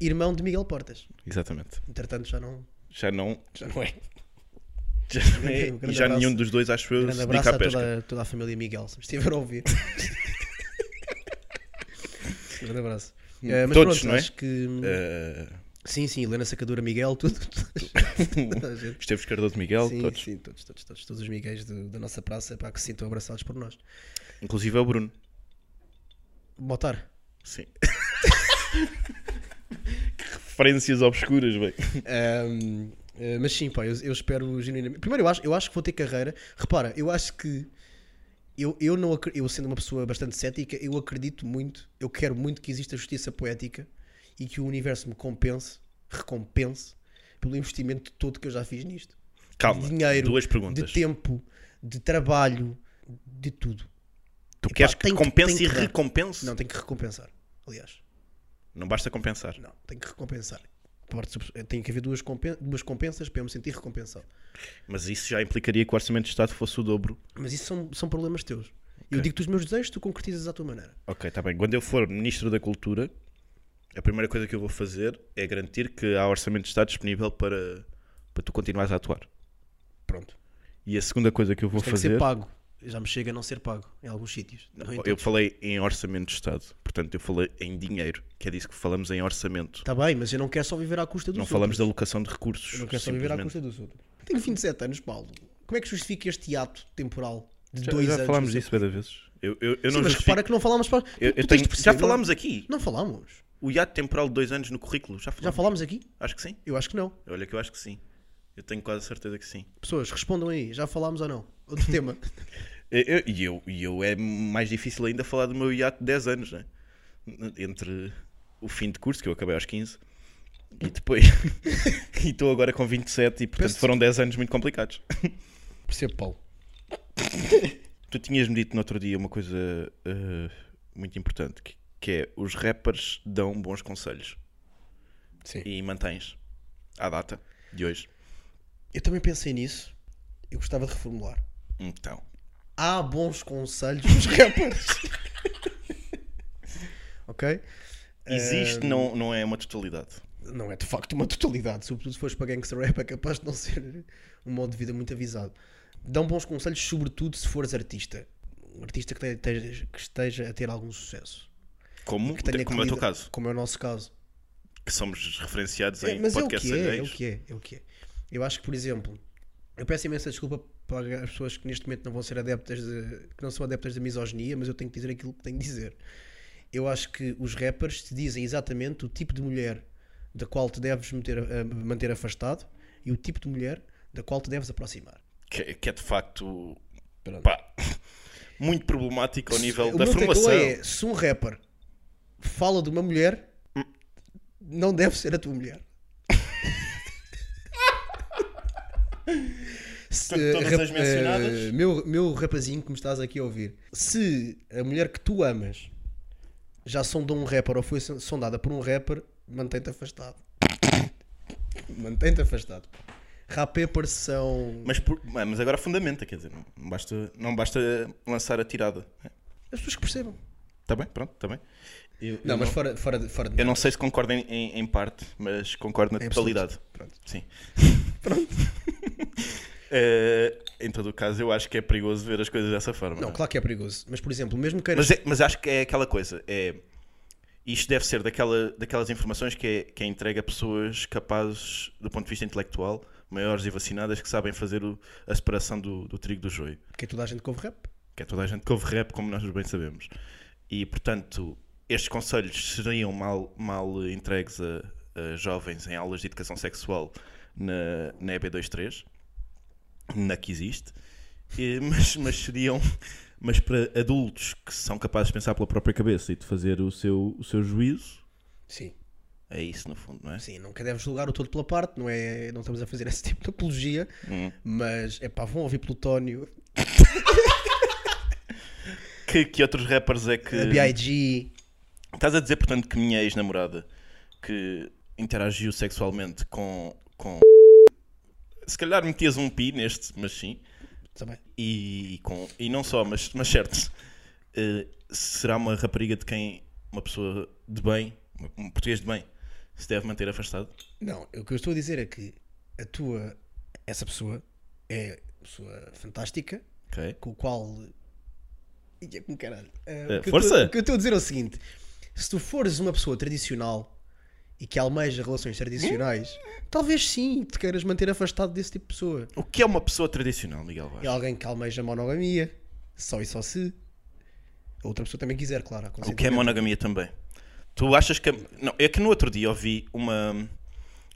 S3: irmão de Miguel Portas.
S4: Exatamente.
S3: Entretanto, já não.
S4: Já não.
S5: Já não é.
S4: Já, não é-
S3: Um grande
S4: e já
S3: abraço.
S4: nenhum dos dois, acho eu,
S3: Grande
S4: se
S3: abraço
S4: dedica à
S3: a
S4: pesca.
S3: toda, toda a família Miguel, se me estiver a ouvir. Grande abraço. Eh, mas
S4: Todos,
S3: pronto,
S4: não é?
S3: acho que.
S4: Eh,
S3: Sim, sim, Helena Sacadura, Miguel, tudo. tudo. Toda a gente.
S4: Esteves Cardoso Miguel,
S3: sim,
S4: todos.
S3: sim, todos, todos, todos, todos os Miguéis do- da nossa praça, para que se sintam abraçados por nós.
S4: Inclusive é o Bruno.
S3: Botar.
S4: Sim. Que referências obscuras, bem.
S3: Ahm, eh, mas sim, pá, eu, eu espero genuinamente. Primeiro, eu acho, eu acho que vou ter carreira. Repara, eu acho que. Eu, eu, não, acre- eu, sendo uma pessoa bastante cética, eu acredito muito, eu quero muito que exista justiça poética e que o universo me compense, recompense, pelo investimento todo que eu já fiz nisto.
S4: Calma,
S3: de dinheiro,
S4: duas
S3: de
S4: perguntas.
S3: tempo, de trabalho, de tudo.
S4: Tu queres
S3: Epá,
S4: que
S3: tem que-
S4: compense
S3: tem
S4: e
S3: que dar.
S4: recompense?
S3: Não,
S4: Não.
S3: tenho que recompensar, aliás.
S4: basta compensar.
S3: Não, tenho que recompensar. Parte sobre- Tem que haver duas, compen- duas compensas para eu me sentir recompensado.
S4: Mas isso já implicaria que o Orçamento de Estado fosse o dobro.
S3: Mas isso são, são problemas teus. Eu digo-te os meus desejos, tu concretizas à tua maneira.
S4: Ok, está bem. Quando eu for Ministro da Cultura, a primeira coisa que eu vou fazer é garantir que há orçamento de Estado disponível para, para tu continuares a atuar.
S3: Pronto.
S4: E a segunda coisa que eu vou
S3: Tem que
S4: fazer.
S3: ser pago. Já me chega a não ser pago em alguns sítios. Então, Não, é?
S4: Eu falei em orçamento de Estado, portanto eu falei em dinheiro, que é disso que falamos em orçamento.
S3: Está tá bem, mas eu não quero só viver à custa dos
S4: Não
S3: outros.
S4: falamos da alocação de recursos.
S3: Eu não quero só viver à
S4: simplesmente.
S3: custa dos outros. Tenho 27 anos, Paulo. Como é que justifica este ato temporal de
S4: Já,
S3: dois
S4: já
S3: anos?
S4: falámos disso várias vezes. Eu, eu, eu
S3: Sim, mas
S4: não justifico-
S3: repara que não falámos para.
S4: Eu- eu
S3: Tu tens
S4: tenho-
S3: de perceber,
S4: Já
S3: não- é?
S4: falámos aqui.
S3: Não falámos.
S4: O hiato temporal de dois anos no currículo. Já
S3: Já
S4: falámos.
S3: falámos aqui?
S4: Acho que sim.
S3: Eu acho que não.
S4: Olha que eu acho que sim. Eu tenho quase certeza que sim.
S3: Pessoas, respondam aí. Já falámos ou não? Outro tema.
S4: Eu- E eu, e eu, é mais difícil ainda falar do meu hiato de 10 anos, né? Entre o fim de curso, que eu acabei aos 15, e depois. e estou agora com 27, e portanto
S3: Peço-
S4: foram 10 anos muito complicados.
S3: Percebo, Paulo.
S4: Tu tinhas-me dito no outro dia uma coisa eh, muito importante, que, que é os rappers dão bons conselhos.
S3: Sim.
S4: E mantens à data de hoje.
S3: Eu também pensei nisso. Eu gostava de reformular.
S4: Então.
S3: há bons conselhos nos rappers. ok? Ehm,
S4: Existe, não, não é uma totalidade.
S3: Não é de facto uma totalidade, sobretudo se fores para gangster rap, é capaz de não ser um modo de vida muito avisado. Dão bons conselhos, sobretudo se fores artista. Um artista que, te- te- que esteja a ter algum sucesso.
S4: Como,
S3: Que tenha
S4: como é o teu
S3: lida-
S4: caso.
S3: Como é o nosso caso.
S4: que somos referenciados
S3: É,
S4: em
S3: mas é o
S4: podcasts
S3: que é, é o
S4: alheios.
S3: que é, é o que é. Eu acho que, por exemplo, eu peço imensa desculpa para as pessoas que neste momento não vão ser adeptas de- que não são adeptas da misoginia, mas eu tenho que dizer aquilo que tenho que dizer. Eu acho que os rappers te dizem exatamente o tipo de mulher da qual te deves meter- eh, manter afastado e o tipo de mulher da qual te deves aproximar.
S4: que, é- que é de facto
S3: Pronto.
S4: pá, muito problemático ao nível
S3: o
S4: da
S3: meu takeaway
S4: formação.
S3: é, se um rapper fala de uma mulher, não deve ser a tua mulher. Se,
S4: Portanto, todas
S3: rap-
S4: as mencionadas?
S3: eh, meu, meu rapazinho que me estás aqui a ouvir, se a mulher que tu amas já sondou um rapper ou foi son- sondada por um rapper, mantém-te afastado. mantém-te afastado. Rappers são.
S4: Mas, por- mas agora fundamenta, quer dizer, não não basta, não basta lançar a tirada.
S3: As pessoas que percebam.
S4: Está bem, pronto, está bem. Eu, eu
S3: Não, mas fora, fora, de, fora de.
S4: eu não sei se concordo em, em- em parte, mas concordo na
S3: Em absoluto.
S4: totalidade.
S3: Pronto.
S4: Sim. Eh, em todo o caso, eu acho que é perigoso ver as coisas dessa forma.
S3: Não,
S4: é?
S3: claro que é perigoso. Mas, por exemplo, mesmo queiras.
S4: Mas, é- mas acho que é aquela coisa. É, isto deve ser daquela, daquelas informações que é, que é entregue a pessoas capazes, do ponto de vista intelectual, maiores e vacinadas, que sabem fazer o- a separação do, do trigo do joio.
S3: Porque toda a gente que ouve rap.
S4: Que é toda a gente que ouve rap, como nós bem sabemos. E, portanto, estes conselhos seriam mal, mal entregues a, a jovens em aulas de educação sexual na, na EB23, na que existe, e- mas, mas seriam mas para adultos que são capazes de pensar pela própria cabeça e de fazer o seu, o seu juízo,
S3: Sim.
S4: é isso no fundo, não é?
S3: Sim, nunca deves julgar o todo pela parte, não é? Não estamos a fazer esse tipo de apologia,
S4: Hum.
S3: mas é pá, vão ouvir Plutónio,
S4: Que, que outros rappers é que.
S3: a B.I.G.
S4: Estás a dizer, portanto, que minha ex-namorada que interagiu sexualmente com. com... Se calhar metias um pi neste, mas sim.
S3: também.
S4: E, com... e não só, mas, mas certo. eh, será uma rapariga de quem uma pessoa de bem, um português de bem, se deve manter afastado?
S3: Não, o que eu estou a dizer é que a tua, essa pessoa é uma pessoa fantástica,
S4: Ok.
S3: com o qual. Ih, é como caralho. Eh,
S4: Eh,
S3: o que eu
S4: força!
S3: estou- O que eu estou a dizer é o seguinte: se tu fores uma pessoa tradicional e que almeja relações tradicionais, talvez sim te queiras manter afastado desse tipo de pessoa.
S4: O que é uma pessoa tradicional, Miguel Vaz?
S3: É alguém que almeja monogamia, só e só se. A outra pessoa também quiser, claro. há
S4: O que é
S3: consentimento.
S4: monogamia também. Tu achas que. a- Não, é que no outro dia ouvi uma,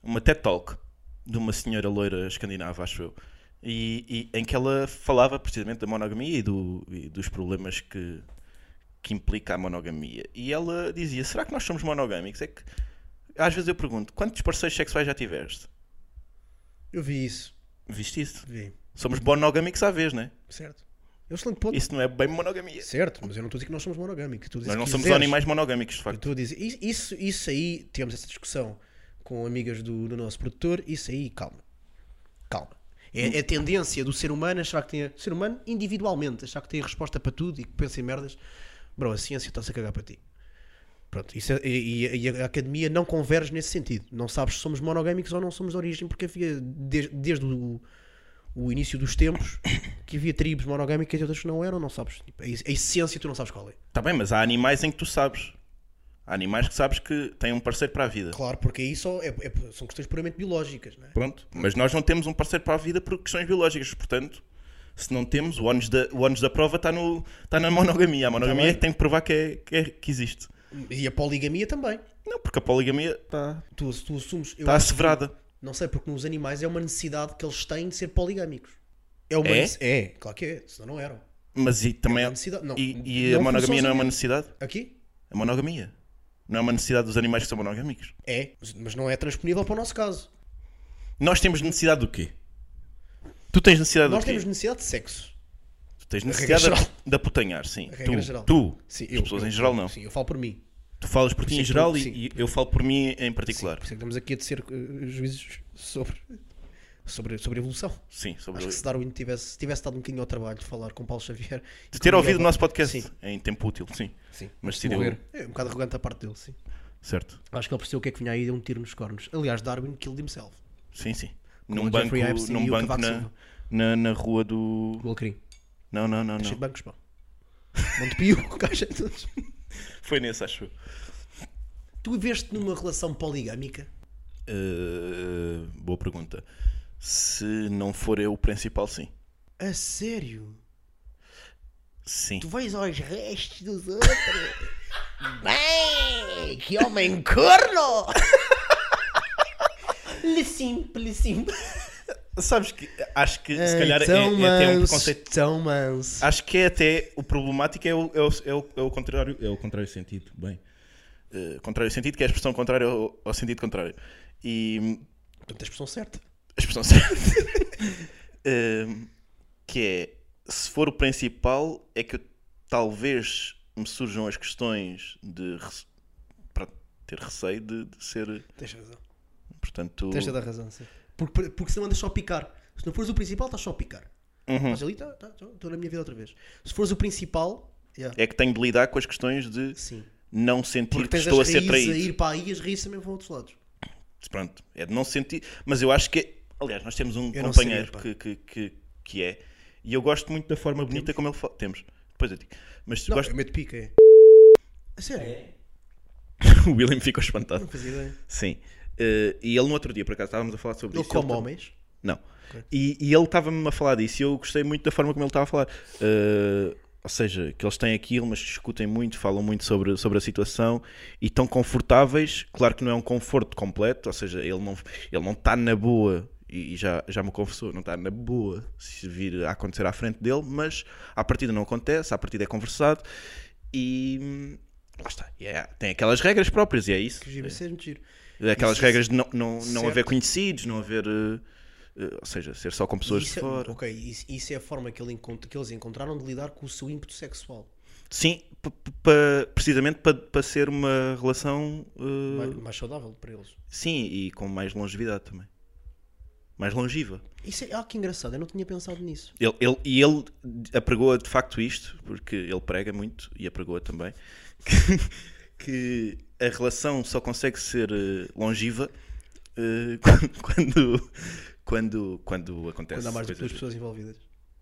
S4: uma TED Talk de uma senhora loira escandinava, acho eu, e, e- em que ela falava precisamente da monogamia e, do- e dos problemas que, que implica a monogamia. E ela dizia: será que nós somos monogâmicos? É que. Às vezes eu pergunto: quantos parceiros sexuais já tiveste?
S3: Eu vi isso,
S4: Viste isso?
S3: vi,
S4: Somos monogâmicos à vez, não é?
S3: certo. É um excelente ponto.
S4: Isso não é bem monogamia.
S3: Certo, mas eu não estou a dizer que nós somos monogâmicos. Estou a dizer
S4: Nós
S3: que
S4: não somos
S3: quiseres.
S4: animais monogâmicos, de
S3: Eu
S4: facto.
S3: estou a dizer, i- isso, isso aí, tivemos essa discussão com amigas do, do nosso produtor, isso aí, calma. Calma. É, é a tendência do ser humano achar que tem. a- Ser humano individualmente, achar que tem a resposta para tudo e que pensa em merdas. Bro, a ciência está-se a cagar para ti. Pronto, isso é- e, e- e a academia não converge nesse sentido. Não sabes se somos monogâmicos ou não somos de origem, porque havia des- desde o, o início dos tempos que havia tribos monogâmicas e outras que não eram, não sabes. Tipo, A, a essência tu não sabes qual é.
S4: Tá bem, mas há animais em que tu sabes. Há animais que sabes que têm um parceiro para a vida.
S3: Claro, porque aí só é- é- são questões puramente biológicas, não é?
S4: Pronto. Mas nós não temos um parceiro para a vida por questões biológicas. Portanto, se não temos, o ónus da, o ónus da prova está, no, está na monogamia. A monogamia
S3: Tá bem.
S4: é que tem que provar que, é, que, é- que existe.
S3: E a poligamia também.
S4: Não, porque a poligamia está,
S3: Tu, tu assumes. Tá. eu
S4: está
S3: acho-
S4: Tá asseverada.
S3: não sei, porque nos animais é uma necessidade que eles têm de ser poligâmicos. É uma
S4: É?
S3: nece- é, claro que é, senão não eram.
S4: Mas e também.
S3: É uma necessidade. Não, assim.
S4: e e
S3: não
S4: a monogamia não é uma
S3: forçosamente.
S4: necessidade?
S3: Aqui?
S4: A monogamia. Não é uma necessidade dos animais que são monogâmicos.
S3: É, mas- mas não é transponível para o nosso caso.
S4: Nós temos necessidade do quê? Tu tens necessidade
S3: Nós
S4: É do quê?
S3: temos necessidade de sexo.
S4: Tu tens
S3: regra
S4: necessidade
S3: geral.
S4: de, de aputanhar, sim.
S3: A regra
S4: Tu,
S3: geral.
S4: tu.
S3: Sim,
S4: As
S3: eu-
S4: pessoas
S3: eu-
S4: em geral não.
S3: Sim, eu falo por mim.
S4: Tu falas por ti
S3: Sim,
S4: em geral
S3: tu-
S4: e,
S3: sim.
S4: e eu falo por mim em
S3: Claro.
S4: particular.
S3: Por isso é que estamos aqui a tecer eh, juízes sobre, sobre, sobre evolução.
S4: Sim, sobre
S3: Acho
S4: o...
S3: que se Darwin tivesse, tivesse dado um bocadinho ao trabalho de falar com Paulo Xavier.
S4: De ter ouvido o nosso podcast
S3: Sim.
S4: em tempo útil, sim.
S3: Sim.
S4: Mas decidiu.
S3: É um bocado arrogante a parte dele, sim.
S4: Certo.
S3: Acho que ele percebeu o que é que vinha aí de um tiro nos cornos. Aliás, Darwin killed himself.
S4: Sim, sim. Num
S3: o
S4: banco,
S3: Jeffrey Epstein
S4: num
S3: e o
S4: banco
S3: Cavaco
S4: na,
S3: Silva.
S4: na, na rua do.
S3: O Alcrim.
S4: Não, não, não,
S3: Cheio de
S4: não.
S3: bancos, pá. Montepio, o gajo é todo-
S4: Foi nesse, acho eu.
S3: Tu viveste numa relação poligâmica?
S4: Uh, boa pergunta. Se não for eu o principal, sim.
S3: A sério?
S4: Sim.
S3: Tu vais aos restos dos outros? Bem, que homem corno! Le simple, le simple.
S4: Sabes que acho que se calhar é, é até um preconceito.
S3: Tão manso.
S4: Acho que é até o problemático é o, é o, é o, é o contrário. É o contrário sentido. Bem. Uh, contrário sentido, que é a expressão contrária ao, ao sentido contrário. E hum,
S3: Portanto, a expressão certa.
S4: a expressão certa. Hum, que é se for o principal, é que eu- talvez me surjam as questões de rece- para ter receio de, de ser.
S3: Tens razão.
S4: Portanto,
S3: Tens toda a razão, sim. Tipo, Porque, porque senão andas só a picar. Se não fores o principal, estás só a picar.
S4: Uhum.
S3: Mas ali tá, estou na minha vida outra vez. Se fores o principal, yeah,
S4: é que tenho de lidar com as questões de
S3: sim.
S4: não sentir
S3: Porque
S4: que
S3: tens
S4: estou a
S3: as
S4: ser
S3: raízes a
S4: traído.
S3: ir para aí e as raízes também vão a outros lados.
S4: Pronto, é de não sentir. Mas eu acho que. é- Aliás, nós temos um
S3: Eu não
S4: companheiro
S3: sabia, pá.
S4: que, que, que, que é. E eu gosto muito da forma bonita como ele fala. Temos. Depois eu digo. Mas
S3: Não,
S4: gosto. É.
S3: eu meto pica, é. A sério?
S4: o William ficou espantado.
S3: Não fazia ideia.
S4: Sim. Eh, e ele no outro dia, por acaso, estávamos a falar sobre
S3: Ele
S4: isso. tá-
S3: como
S4: tam-
S3: homens.
S4: Não. E, e ele estava-me a falar disso e eu gostei muito da forma como ele estava a falar. Eh, ou seja, que eles têm aquilo, mas discutem muito, falam muito sobre, sobre a situação e estão confortáveis. Claro que não é um conforto completo, ou seja, ele não ele não está na boa e, e já, já me confessou, não está na boa se vir a acontecer à frente dele, mas à partida não acontece, à partida é conversado e hum, lá está. E é- tem aquelas regras próprias e é isso.
S3: Que giro, isso é muito giro.
S4: Aquelas
S3: Isso-
S4: regras de não, não, não
S3: Certo.
S4: haver conhecidos, não haver. eh, eh, ou seja, ser só com pessoas
S3: Isso
S4: de
S3: é-
S4: fora.
S3: ok, isso, isso é a forma que, ele encont- que eles encontraram de lidar com o seu ímpeto sexual.
S4: Sim, p- p- pa- precisamente para ser uma relação. eh,
S3: Mais, mais saudável para eles.
S4: sim, e com mais longevidade também. Mais longiva.
S3: Isso é, ah, que engraçado, eu não tinha pensado nisso.
S4: Ele, ele- e ele apregoa de facto isto, porque ele prega muito e apregoa também, que, que a relação só consegue ser eh, longiva eh, quando, quando, quando acontece.
S3: Quando há mais do que
S4: coisas-
S3: duas pessoas envolvidas.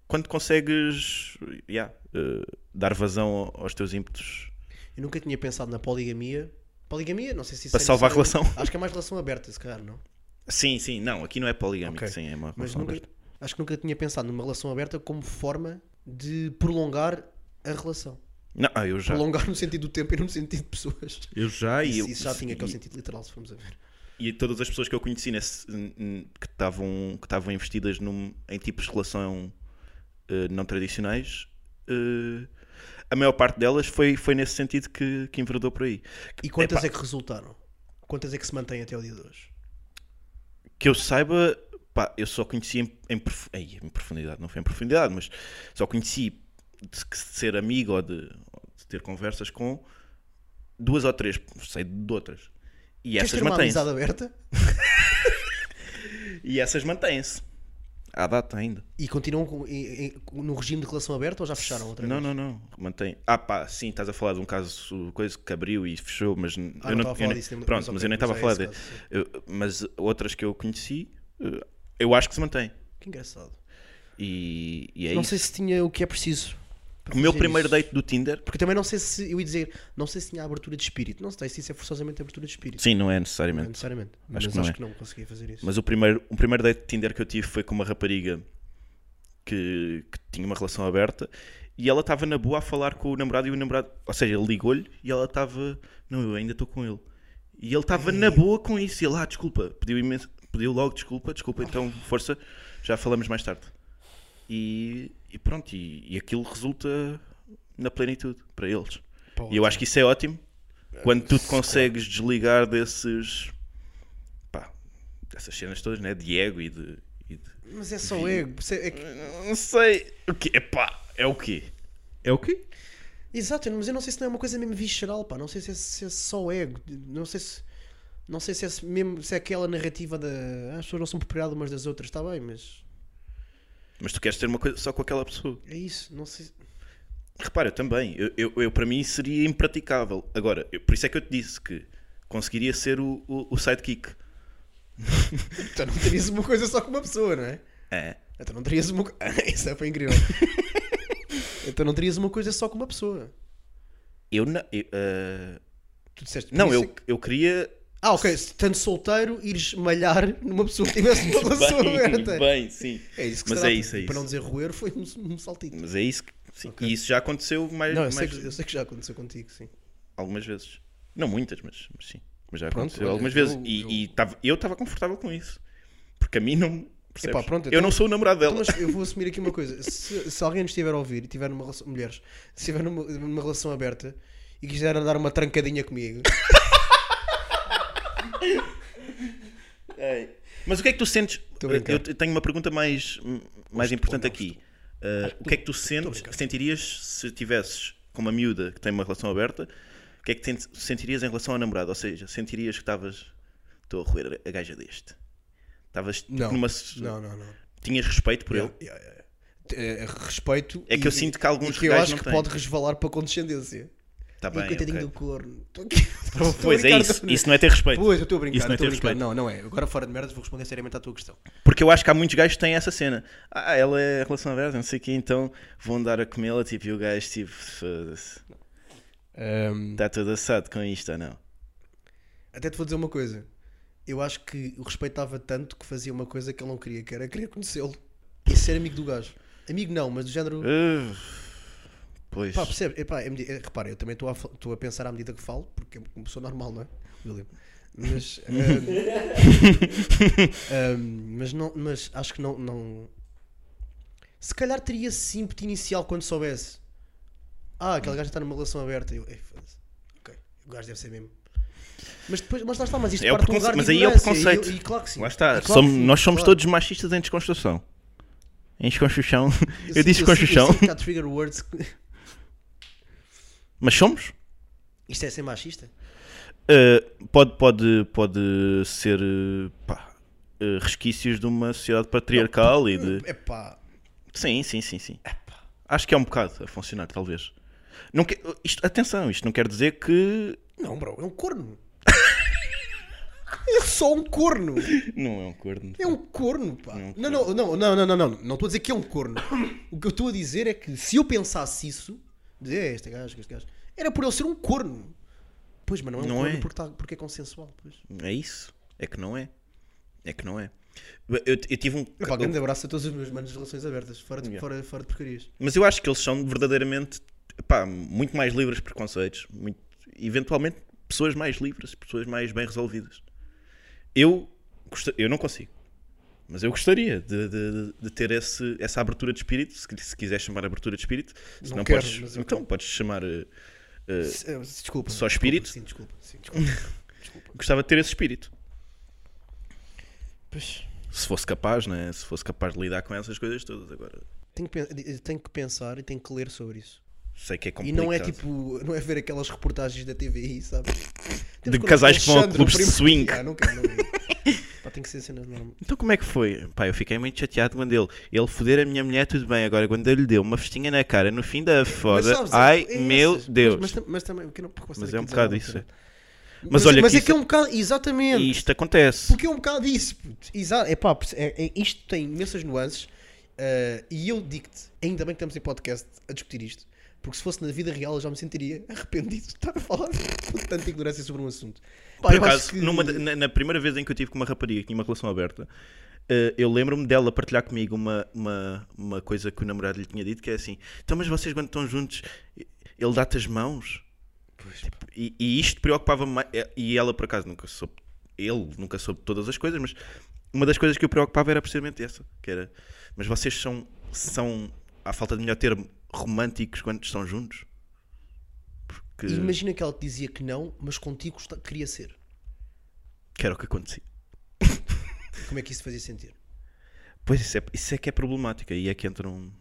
S4: quando consegues yeah, eh, dar vazão aos teus ímpetos.
S3: Eu nunca tinha pensado na poligamia. Poligamia, não sei se isso
S4: Para
S3: é
S4: salvar a
S3: necessariamente-
S4: relação.
S3: Acho que é mais relação aberta, se calhar, não?
S4: Sim, sim, não, aqui não é poligâmico,
S3: Ok.
S4: sim, é uma
S3: Mas
S4: relação
S3: nunca-
S4: aberta.
S3: acho que nunca tinha pensado numa relação aberta como forma de prolongar a relação.
S4: Não, ah, eu já.
S3: Prolongar no sentido do tempo e não no sentido de pessoas.
S4: Eu já e
S3: Isso,
S4: eu,
S3: isso já tinha aquele
S4: e,
S3: sentido literal, se formos a ver.
S4: e todas as pessoas que eu conheci nesse, n- n- que estavam que estavam investidas num, em tipos de relação eh, não tradicionais, eh, a maior parte delas foi, foi nesse sentido que, que enveredou por aí.
S3: E quantas
S4: Epá.
S3: é que resultaram? Quantas é que se mantêm até o dia de hoje?
S4: Que eu saiba, pá, eu só conheci em, em prof- ei, em profundidade, não foi em profundidade, mas só conheci de, que ser amigo ou de, de ter conversas com duas ou três, sei de outras. E
S3: Queres
S4: essas
S3: ter uma
S4: mantêm-se.
S3: amizade aberta?
S4: E essas mantêm-se. À data ainda.
S3: E continuam com- em- em- com- no regime de relação aberta ou já fecharam outra
S4: não,
S3: vez?
S4: não, não. Mantém. Ah, pá, sim, estás a falar de um caso, coisa que abriu e fechou, mas n-
S3: Ah,
S4: eu
S3: não
S4: não
S3: estava a
S4: eu
S3: falar
S4: nem-
S3: disso, mas
S4: Pronto,
S3: ok,
S4: mas eu nem
S3: mas
S4: estava a
S3: é
S4: falar
S3: esse
S4: de.
S3: caso, sim.
S4: eu- Mas outras que eu conheci, eh, eu acho que se mantém.
S3: Que engraçado.
S4: E, e é
S3: não
S4: isso.
S3: sei se tinha o que é preciso. para
S4: O meu
S3: fazer
S4: primeiro
S3: isso.
S4: date do Tinder.
S3: Porque também não sei se, eu ia dizer, não sei se tinha abertura de espírito. Não sei se isso é forçosamente abertura de espírito.
S4: Sim, não é
S3: Não
S4: necessariamente.
S3: necessariamente.
S4: Acho
S3: mas
S4: que não
S3: acho
S4: é.
S3: que não conseguia fazer isso.
S4: Mas o primeiro, o primeiro date de Tinder que eu tive foi com uma rapariga que, que tinha uma relação aberta e ela estava na boa a falar com o namorado e o namorado, ou seja, ele ligou-lhe e ela estava, não, eu ainda estou com ele. E ele estava na boa com isso. E ele, ah, desculpa, pediu, imenso, pediu logo desculpa, desculpa, então força, já falamos mais tarde. E, e pronto, e, e aquilo resulta na plenitude para eles.
S3: Pá,
S4: E eu acho que isso é ótimo quando tu te consegues desligar desses pá, dessas cenas todas, né? De ego e de. e de-
S3: Mas é só ego. perce- é que-
S4: Não sei. O quê? Epá, é o quê? É o quê?
S3: Exato, mas eu não sei se não é uma coisa mesmo visceral, pá. Não sei se é, se é só ego. Não sei se. Não sei se é se- mesmo se é aquela narrativa da. "Ah, As pessoas não são propriedade umas das outras, está bem, mas.
S4: Mas tu queres ter uma coisa só com aquela pessoa.
S3: É isso, não sei.
S4: Repara, eu também. Eu, eu, eu, para mim seria impraticável. Agora, eu- por isso é que eu te disse que conseguiria ser o, o, o sidekick.
S3: Então não terias uma coisa só com uma pessoa, não é?
S4: É.
S3: Então não terias uma. co- isso é para incrível. então não terias uma coisa só com uma pessoa.
S4: Eu não. eu, ah,
S3: Tu disseste.
S4: Não,
S3: por isso
S4: eu,
S3: é que-
S4: eu queria.
S3: Ah, ok. Estando solteiro, ires malhar numa pessoa que tivesse toda a sua
S4: Bem,
S3: aberta.
S4: bem, sim.
S3: É isso que
S4: Mas
S3: se trata.
S4: é isso, é
S3: Para
S4: isso.
S3: não dizer roer, foi um, um saltito.
S4: Mas é isso que. sim.
S3: Ok.
S4: E isso já aconteceu mais,
S3: Não, eu, sei
S4: mais
S3: que, eu sei que já aconteceu contigo, sim.
S4: algumas vezes. Não muitas, mas, mas sim. Mas já
S3: Pronto,
S4: aconteceu
S3: olha,
S4: algumas
S3: eu-
S4: vezes.
S3: eu-
S4: E, e tava- eu estava confortável com isso. Porque a mim não. Percebes?
S3: Epá, pronto,
S4: eu
S3: então-
S4: não sou o namorado
S3: Então,
S4: dela.
S3: mas eu vou assumir aqui uma coisa. Se, se alguém nos estiver a ouvir e tiver numa relação. Mulheres, se estiver numa, numa relação aberta e quiser andar uma trancadinha comigo,
S4: Ai. Mas o que é que tu sentes?
S3: Tô brincando.
S4: Eu te- tenho uma pergunta mais, mais importante aqui. Uh, o que é que tu sentes,
S3: brincando.
S4: sentirias se tivesses com uma miúda que tem uma relação aberta? O que é que sentes- sentirias em relação ao namorado? Ou seja, sentirias que estavas. Estou a roer a gaja deste. Estavas tipo,
S3: não.
S4: numa.
S3: Não, não, não. É,
S4: Tinhas respeito por ele?
S3: Yeah, yeah, yeah. Eh, Respeito.
S4: É que
S3: e-
S4: eu sinto que alguns
S3: e que eu
S4: gajos
S3: acho
S4: não
S3: que
S4: têm.
S3: pode resvalar para a condescendência.
S4: Tá
S3: e
S4: bem.
S3: o coitadinho
S4: ok.
S3: do corno. Tô aqui- tô a
S4: Pois é
S3: brincar,
S4: isso.
S3: tô a
S4: Isso não é ter respeito.
S3: Pois, eu estou a brincar.
S4: Isso não
S3: eu
S4: é
S3: estou
S4: ter
S3: a brincar.
S4: respeito.
S3: Não, não é. Agora fora de merdas vou responder seriamente à tua questão.
S4: Porque eu acho que há muitos gajos que têm essa cena. Ah, ela é relação aberta, não sei o quê, então vão andar a comê-la, tipo, e o gajo, tipo, foda-se.
S3: Hum.
S4: Está todo assado com isto ou não?
S3: Até te vou dizer uma coisa. Eu acho que o respeitava tanto que fazia uma coisa que ele não queria, que era querer conhecê-lo e ser amigo do gajo. Amigo não, mas do género.
S4: Uh, pois.
S3: Pá, percebe? Epá, é medi- é, repara, eu também estou a, fa- estou a pensar à medida que falo, porque é uma pessoa normal, não é? William. Mas, ahm, ahm, mas, não, mas acho que não, não. Se calhar teria esse ímpeto inicial quando soubesse. Ah, aquele gajo está numa relação aberta. Eu, ei, foda-se. Ok, o gajo deve ser mesmo. Mas depois, mas lá está, mas isto
S4: É o
S3: parte de um
S4: preconce-
S3: lugar de
S4: mas aí é o
S3: ignorância,
S4: preconceito.
S3: E, e claro que sim.
S4: Lá
S3: E
S4: está.
S3: É claro
S4: Somos-
S3: que sim,
S4: nós somos
S3: claro.
S4: todos machistas em desconstrução. Em desconstrução. Eu,
S3: sei-
S4: disse
S3: sei-
S4: construção,
S3: sei que há trigger words. que-
S4: mas somos?
S3: Isto é ser machista?
S4: Uh, pode, pode, pode ser uh, pá, uh, resquícios de uma sociedade patriarcal e de.
S3: É pá.
S4: Sim, sim, sim, sim. Acho que é um bocado a funcionar, talvez. Não que- isto- atenção, isto não quer dizer que.
S3: Não, bro, é um corno. é só um corno.
S4: Não é um corno.
S3: É um corno, pá. Não, não, não, não, não, não, não. Não estou a dizer que é um corno. O que eu estou a dizer é que se eu pensasse isso, de "É, este gajo, este gajo, era por ele ser um corno. Pois, mas não é um
S4: Não
S3: corno
S4: é.
S3: Porque, tá- porque é consensual. Pois.
S4: É isso. É que não é. É que não é. Eu, eu tive um.
S3: Epá, grande abraço a todos os meus manos de relações abertas, fora de, fora, fora de porcarias.
S4: Mas eu acho que eles são verdadeiramente pá, muito mais livres de preconceitos, muito- eventualmente pessoas mais livres, pessoas mais bem resolvidas. Eu, gosta- eu não consigo, mas eu gostaria de, de- de ter esse- essa abertura de espírito, se, se quiser chamar abertura de espírito, se não,
S3: Não quero,
S4: podes,
S3: mas eu
S4: então podes chamar. eh, eh,
S3: Se- eh, Desculpa. desculpa,
S4: Só espírito?
S3: Sim, desculpa. Sim, desculpa. desculpa.
S4: gostava de ter esse espírito.
S3: Pois.
S4: Se fosse capaz, né? Se fosse capaz de lidar com essas coisas todas agora.
S3: Tenho que, pen- tenho que pensar e tenho que ler sobre isso.
S4: Sei que é
S3: E
S4: complicado.
S3: não é tipo, não é ver aquelas reportagens da TVI, sabe?
S4: De casais que vão a clubes de swing.
S3: Ah, não quero, não quero. Pá, tem que ser cenas normais.
S4: Então como é que foi? Pá, eu fiquei muito chateado quando ele, ele foder a minha mulher, tudo bem, agora quando ele lhe deu uma festinha na cara no fim da
S3: Mas
S4: foda,
S3: sabes,
S4: ai
S3: é
S4: meu
S3: essas.
S4: Deus.
S3: Mas,
S4: Mas,
S3: mas, mas também, porque não, porque
S4: Mas
S3: você
S4: é um
S3: quis
S4: bocado
S3: dizer
S4: isso,
S3: nada, Mas,
S4: olha
S3: né? mas
S4: que
S3: é que é
S4: isto,
S3: um bocado, exatamente.
S4: isto acontece.
S3: Porque é um bocado isso, puto. Exato. É pá, é, é- isto tem imensas nuances. ah, e eu digo-te, ainda bem que estamos em podcast a discutir isto. Porque se fosse na vida real eu já me sentiria arrependido de estar a falar com tanta ignorância sobre um assunto. Pá,
S4: Por
S3: eu acho
S4: acaso,
S3: que-
S4: numa da- na, na primeira vez em que eu tive com uma rapariga que tinha uma relação aberta, eh, eu lembro-me dela partilhar comigo uma, uma, uma coisa que o namorado lhe tinha dito, que é assim, então mas vocês quando estão juntos, ele dá-te as mãos? Tipo, e, e isto preocupava-me mais, eh, e ela por acaso nunca soube, ele nunca soube todas as coisas, mas uma das coisas que eu preocupava era precisamente essa, que era, mas vocês são, são à falta de melhor termo, românticos quando estão juntos? Porque
S3: E Imagina que ela te dizia que não, mas contigo está- queria ser.
S4: que era o que acontecia.
S3: Como é que isso fazia sentir?
S4: Pois isso é, isso é que é problemática e é que entram.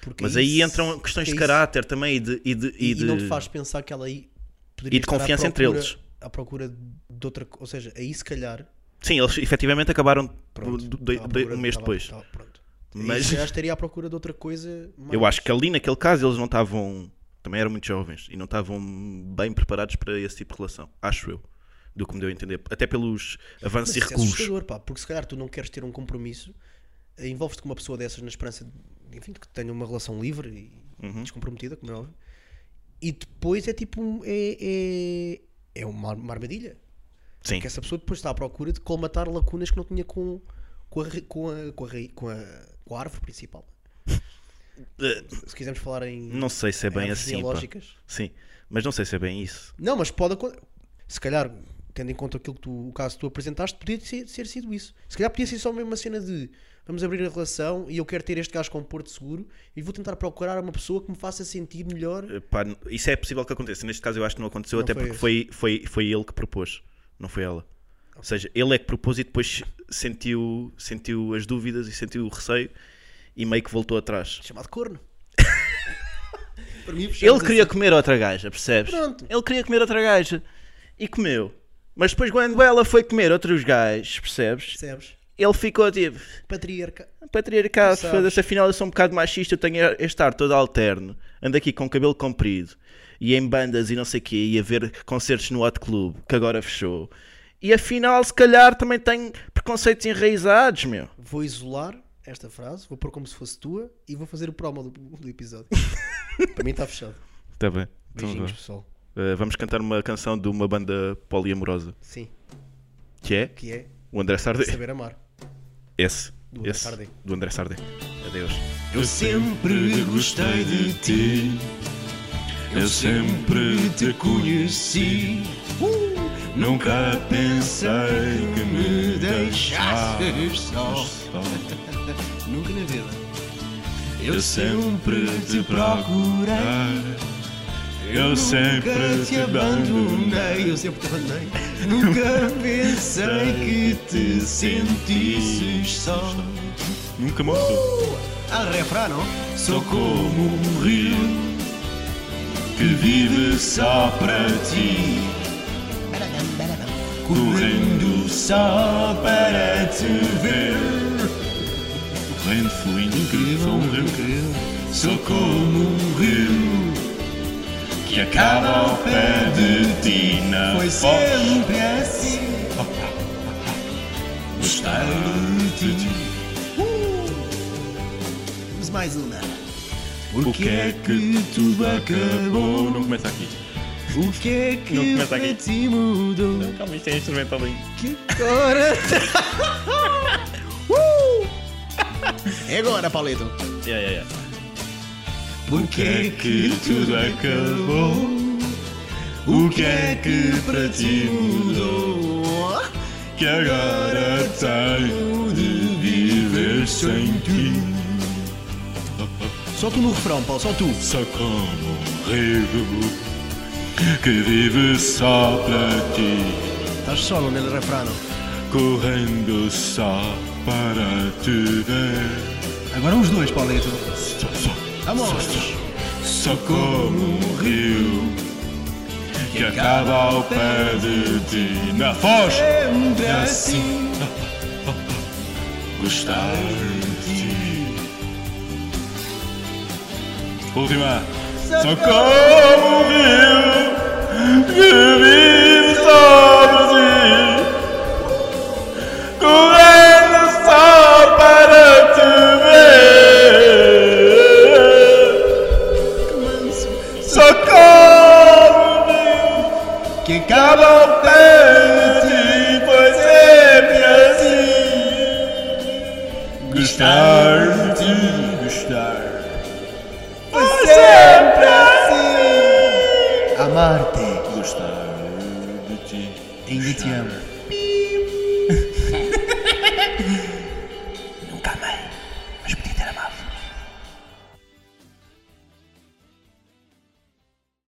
S3: Porque
S4: Mas
S3: é
S4: aí
S3: isso-
S4: entram questões
S3: é
S4: de
S3: isso.
S4: caráter também e de. E, de,
S3: E,
S4: e de-
S3: não te faz pensar que ela aí poderia
S4: E de
S3: estar à
S4: confiança entre
S3: procura-
S4: eles.
S3: À procura de outra. co- Ou seja, aí se calhar.
S4: Sim, eles efetivamente acabaram
S3: Pronto, tá
S4: do- do-
S3: estava à
S4: do-
S3: procura-
S4: um mês
S3: estava-
S4: depois.
S3: estava- pronto. Mas...
S4: Mas-
S3: se calhar estaria à procura de outra coisa.
S4: Eu acho que ali naquele caso eles não estavam. Também eram muito jovens e não estavam bem preparados para esse tipo de relação. Acho eu. Do que me deu a entender. Até pelos avanços
S3: Mas
S4: e
S3: isso é
S4: recuos.
S3: assustador, pá, porque se calhar tu não queres ter um compromisso, eh, envolves-te com uma pessoa dessas na esperança de, enfim, de que tenha uma relação
S4: Uhum.
S3: livre e descomprometida, como é óbvio, e depois é tipo um- é, é, é uma, uma armadilha.
S4: Sim.
S3: Porque essa pessoa depois está à procura de colmatar lacunas que não tinha com, com, a, ra- com, a, com, a, ra- com, a- com a árvore principal.
S4: Eh,
S3: Se quisermos falar em.
S4: Não sei se é bem
S3: árvores
S4: assim. pá.
S3: genealógicas.
S4: Sim, mas não sei se é bem isso.
S3: Não, mas pode acon- Se calhar, tendo em conta aquilo que tu, o caso que tu apresentaste, podia ser, ser sido isso. Se calhar podia ser só mesmo uma cena de vamos abrir a relação e eu quero ter este gajo com um Porto Seguro e vou tentar procurar uma pessoa que me faça sentir melhor.
S4: Eh, pá, n- isso é possível que aconteça. Neste caso eu acho que não aconteceu,
S3: Não
S4: até
S3: foi
S4: porque
S3: esse.
S4: foi, foi, foi ele que propôs, não foi ela. Ou seja, ele é que propôs e depois sentiu, sentiu as dúvidas e sentiu o receio e meio que voltou atrás.
S3: Chamado corno. Para mim,
S4: Ele
S3: fechamos assim.
S4: queria comer outra gaja, percebes?
S3: Pronto.
S4: Ele queria comer outra gaja e comeu. Mas depois, quando ela foi comer outros gajos,
S3: assim,
S4: percebes?
S3: Percebes?
S4: Ele ficou tipo,
S3: Patriarca.
S4: patriarcado,
S3: Tu sabes.
S4: foda-se, afinal eu sou um bocado machista, eu tenho este ar todo alterno, ando aqui com cabelo comprido, e em bandas e não sei o quê, e a ver concertos no Hot Club, que agora fechou. E afinal, se calhar, também tenho preconceitos enraizados, meu.
S3: Vou isolar esta frase, vou pôr como se fosse tua e vou fazer o promo do, do episódio. Para mim está fechado.
S4: Está bem.
S3: Beijinhos, pessoal.
S4: vamos cantar uma canção de uma banda poliamorosa,
S3: Sim,
S4: que é
S3: que é
S4: o André Sardé.
S3: saber amar.
S4: Esse.
S3: Do André
S4: esse,
S3: Sardé.
S4: Do André Sardé. Adeus.
S5: Eu sempre gostei de ti, eu sempre te conheci. Nunca pensei que me deixasses só.
S3: Nunca na vida.
S5: Eu sempre te procurei, eu sempre te abandonei.
S3: eu sempre te abandonei.
S5: Nunca pensei que te sentisses só.
S4: Nunca morreu.
S3: Ah, refrão, não?
S5: Sou como um rio que vive só para ti, correndo só para te ver. Correndo, fluindo, incrível, um rio. Sou como um rio que acaba ao pé de ti na Foi sempre assim. Gostei de ti.
S3: Temos mais uma.
S5: O que é que tudo acabou?
S4: Não começa aqui.
S5: O que é que
S4: Não começa aqui.
S5: para ti mudou?
S4: Calma, isto é instrumental ali.
S3: Que cora! Uh! É agora, Paulito.
S4: Yeah, yeah, yeah.
S5: O que é que tudo acabou? O que é que para ti mudou? Que agora tenho de viver sem ti
S3: Só tu no refrão, Paulo, só tu.
S5: Só como um rio Que vive só para ti
S3: Estás solo nele refrão.
S5: Correndo só para te ver
S3: Agora os dois, Paulito.
S5: Só, só,
S3: Vamos.
S5: Só como um rio que acaba ao pé de ti. Na foz! Sempre assim. Gostar de ti. Última. Só como um rio que vive só por ti. Correndo só para te ver. Socorro, que acaba ao pé de ti, pois é, sempre assim. Gostar de ti, gostar. Foi sempre assim.
S3: Amarte.
S5: Gostar de ti,
S3: Ainda te amo.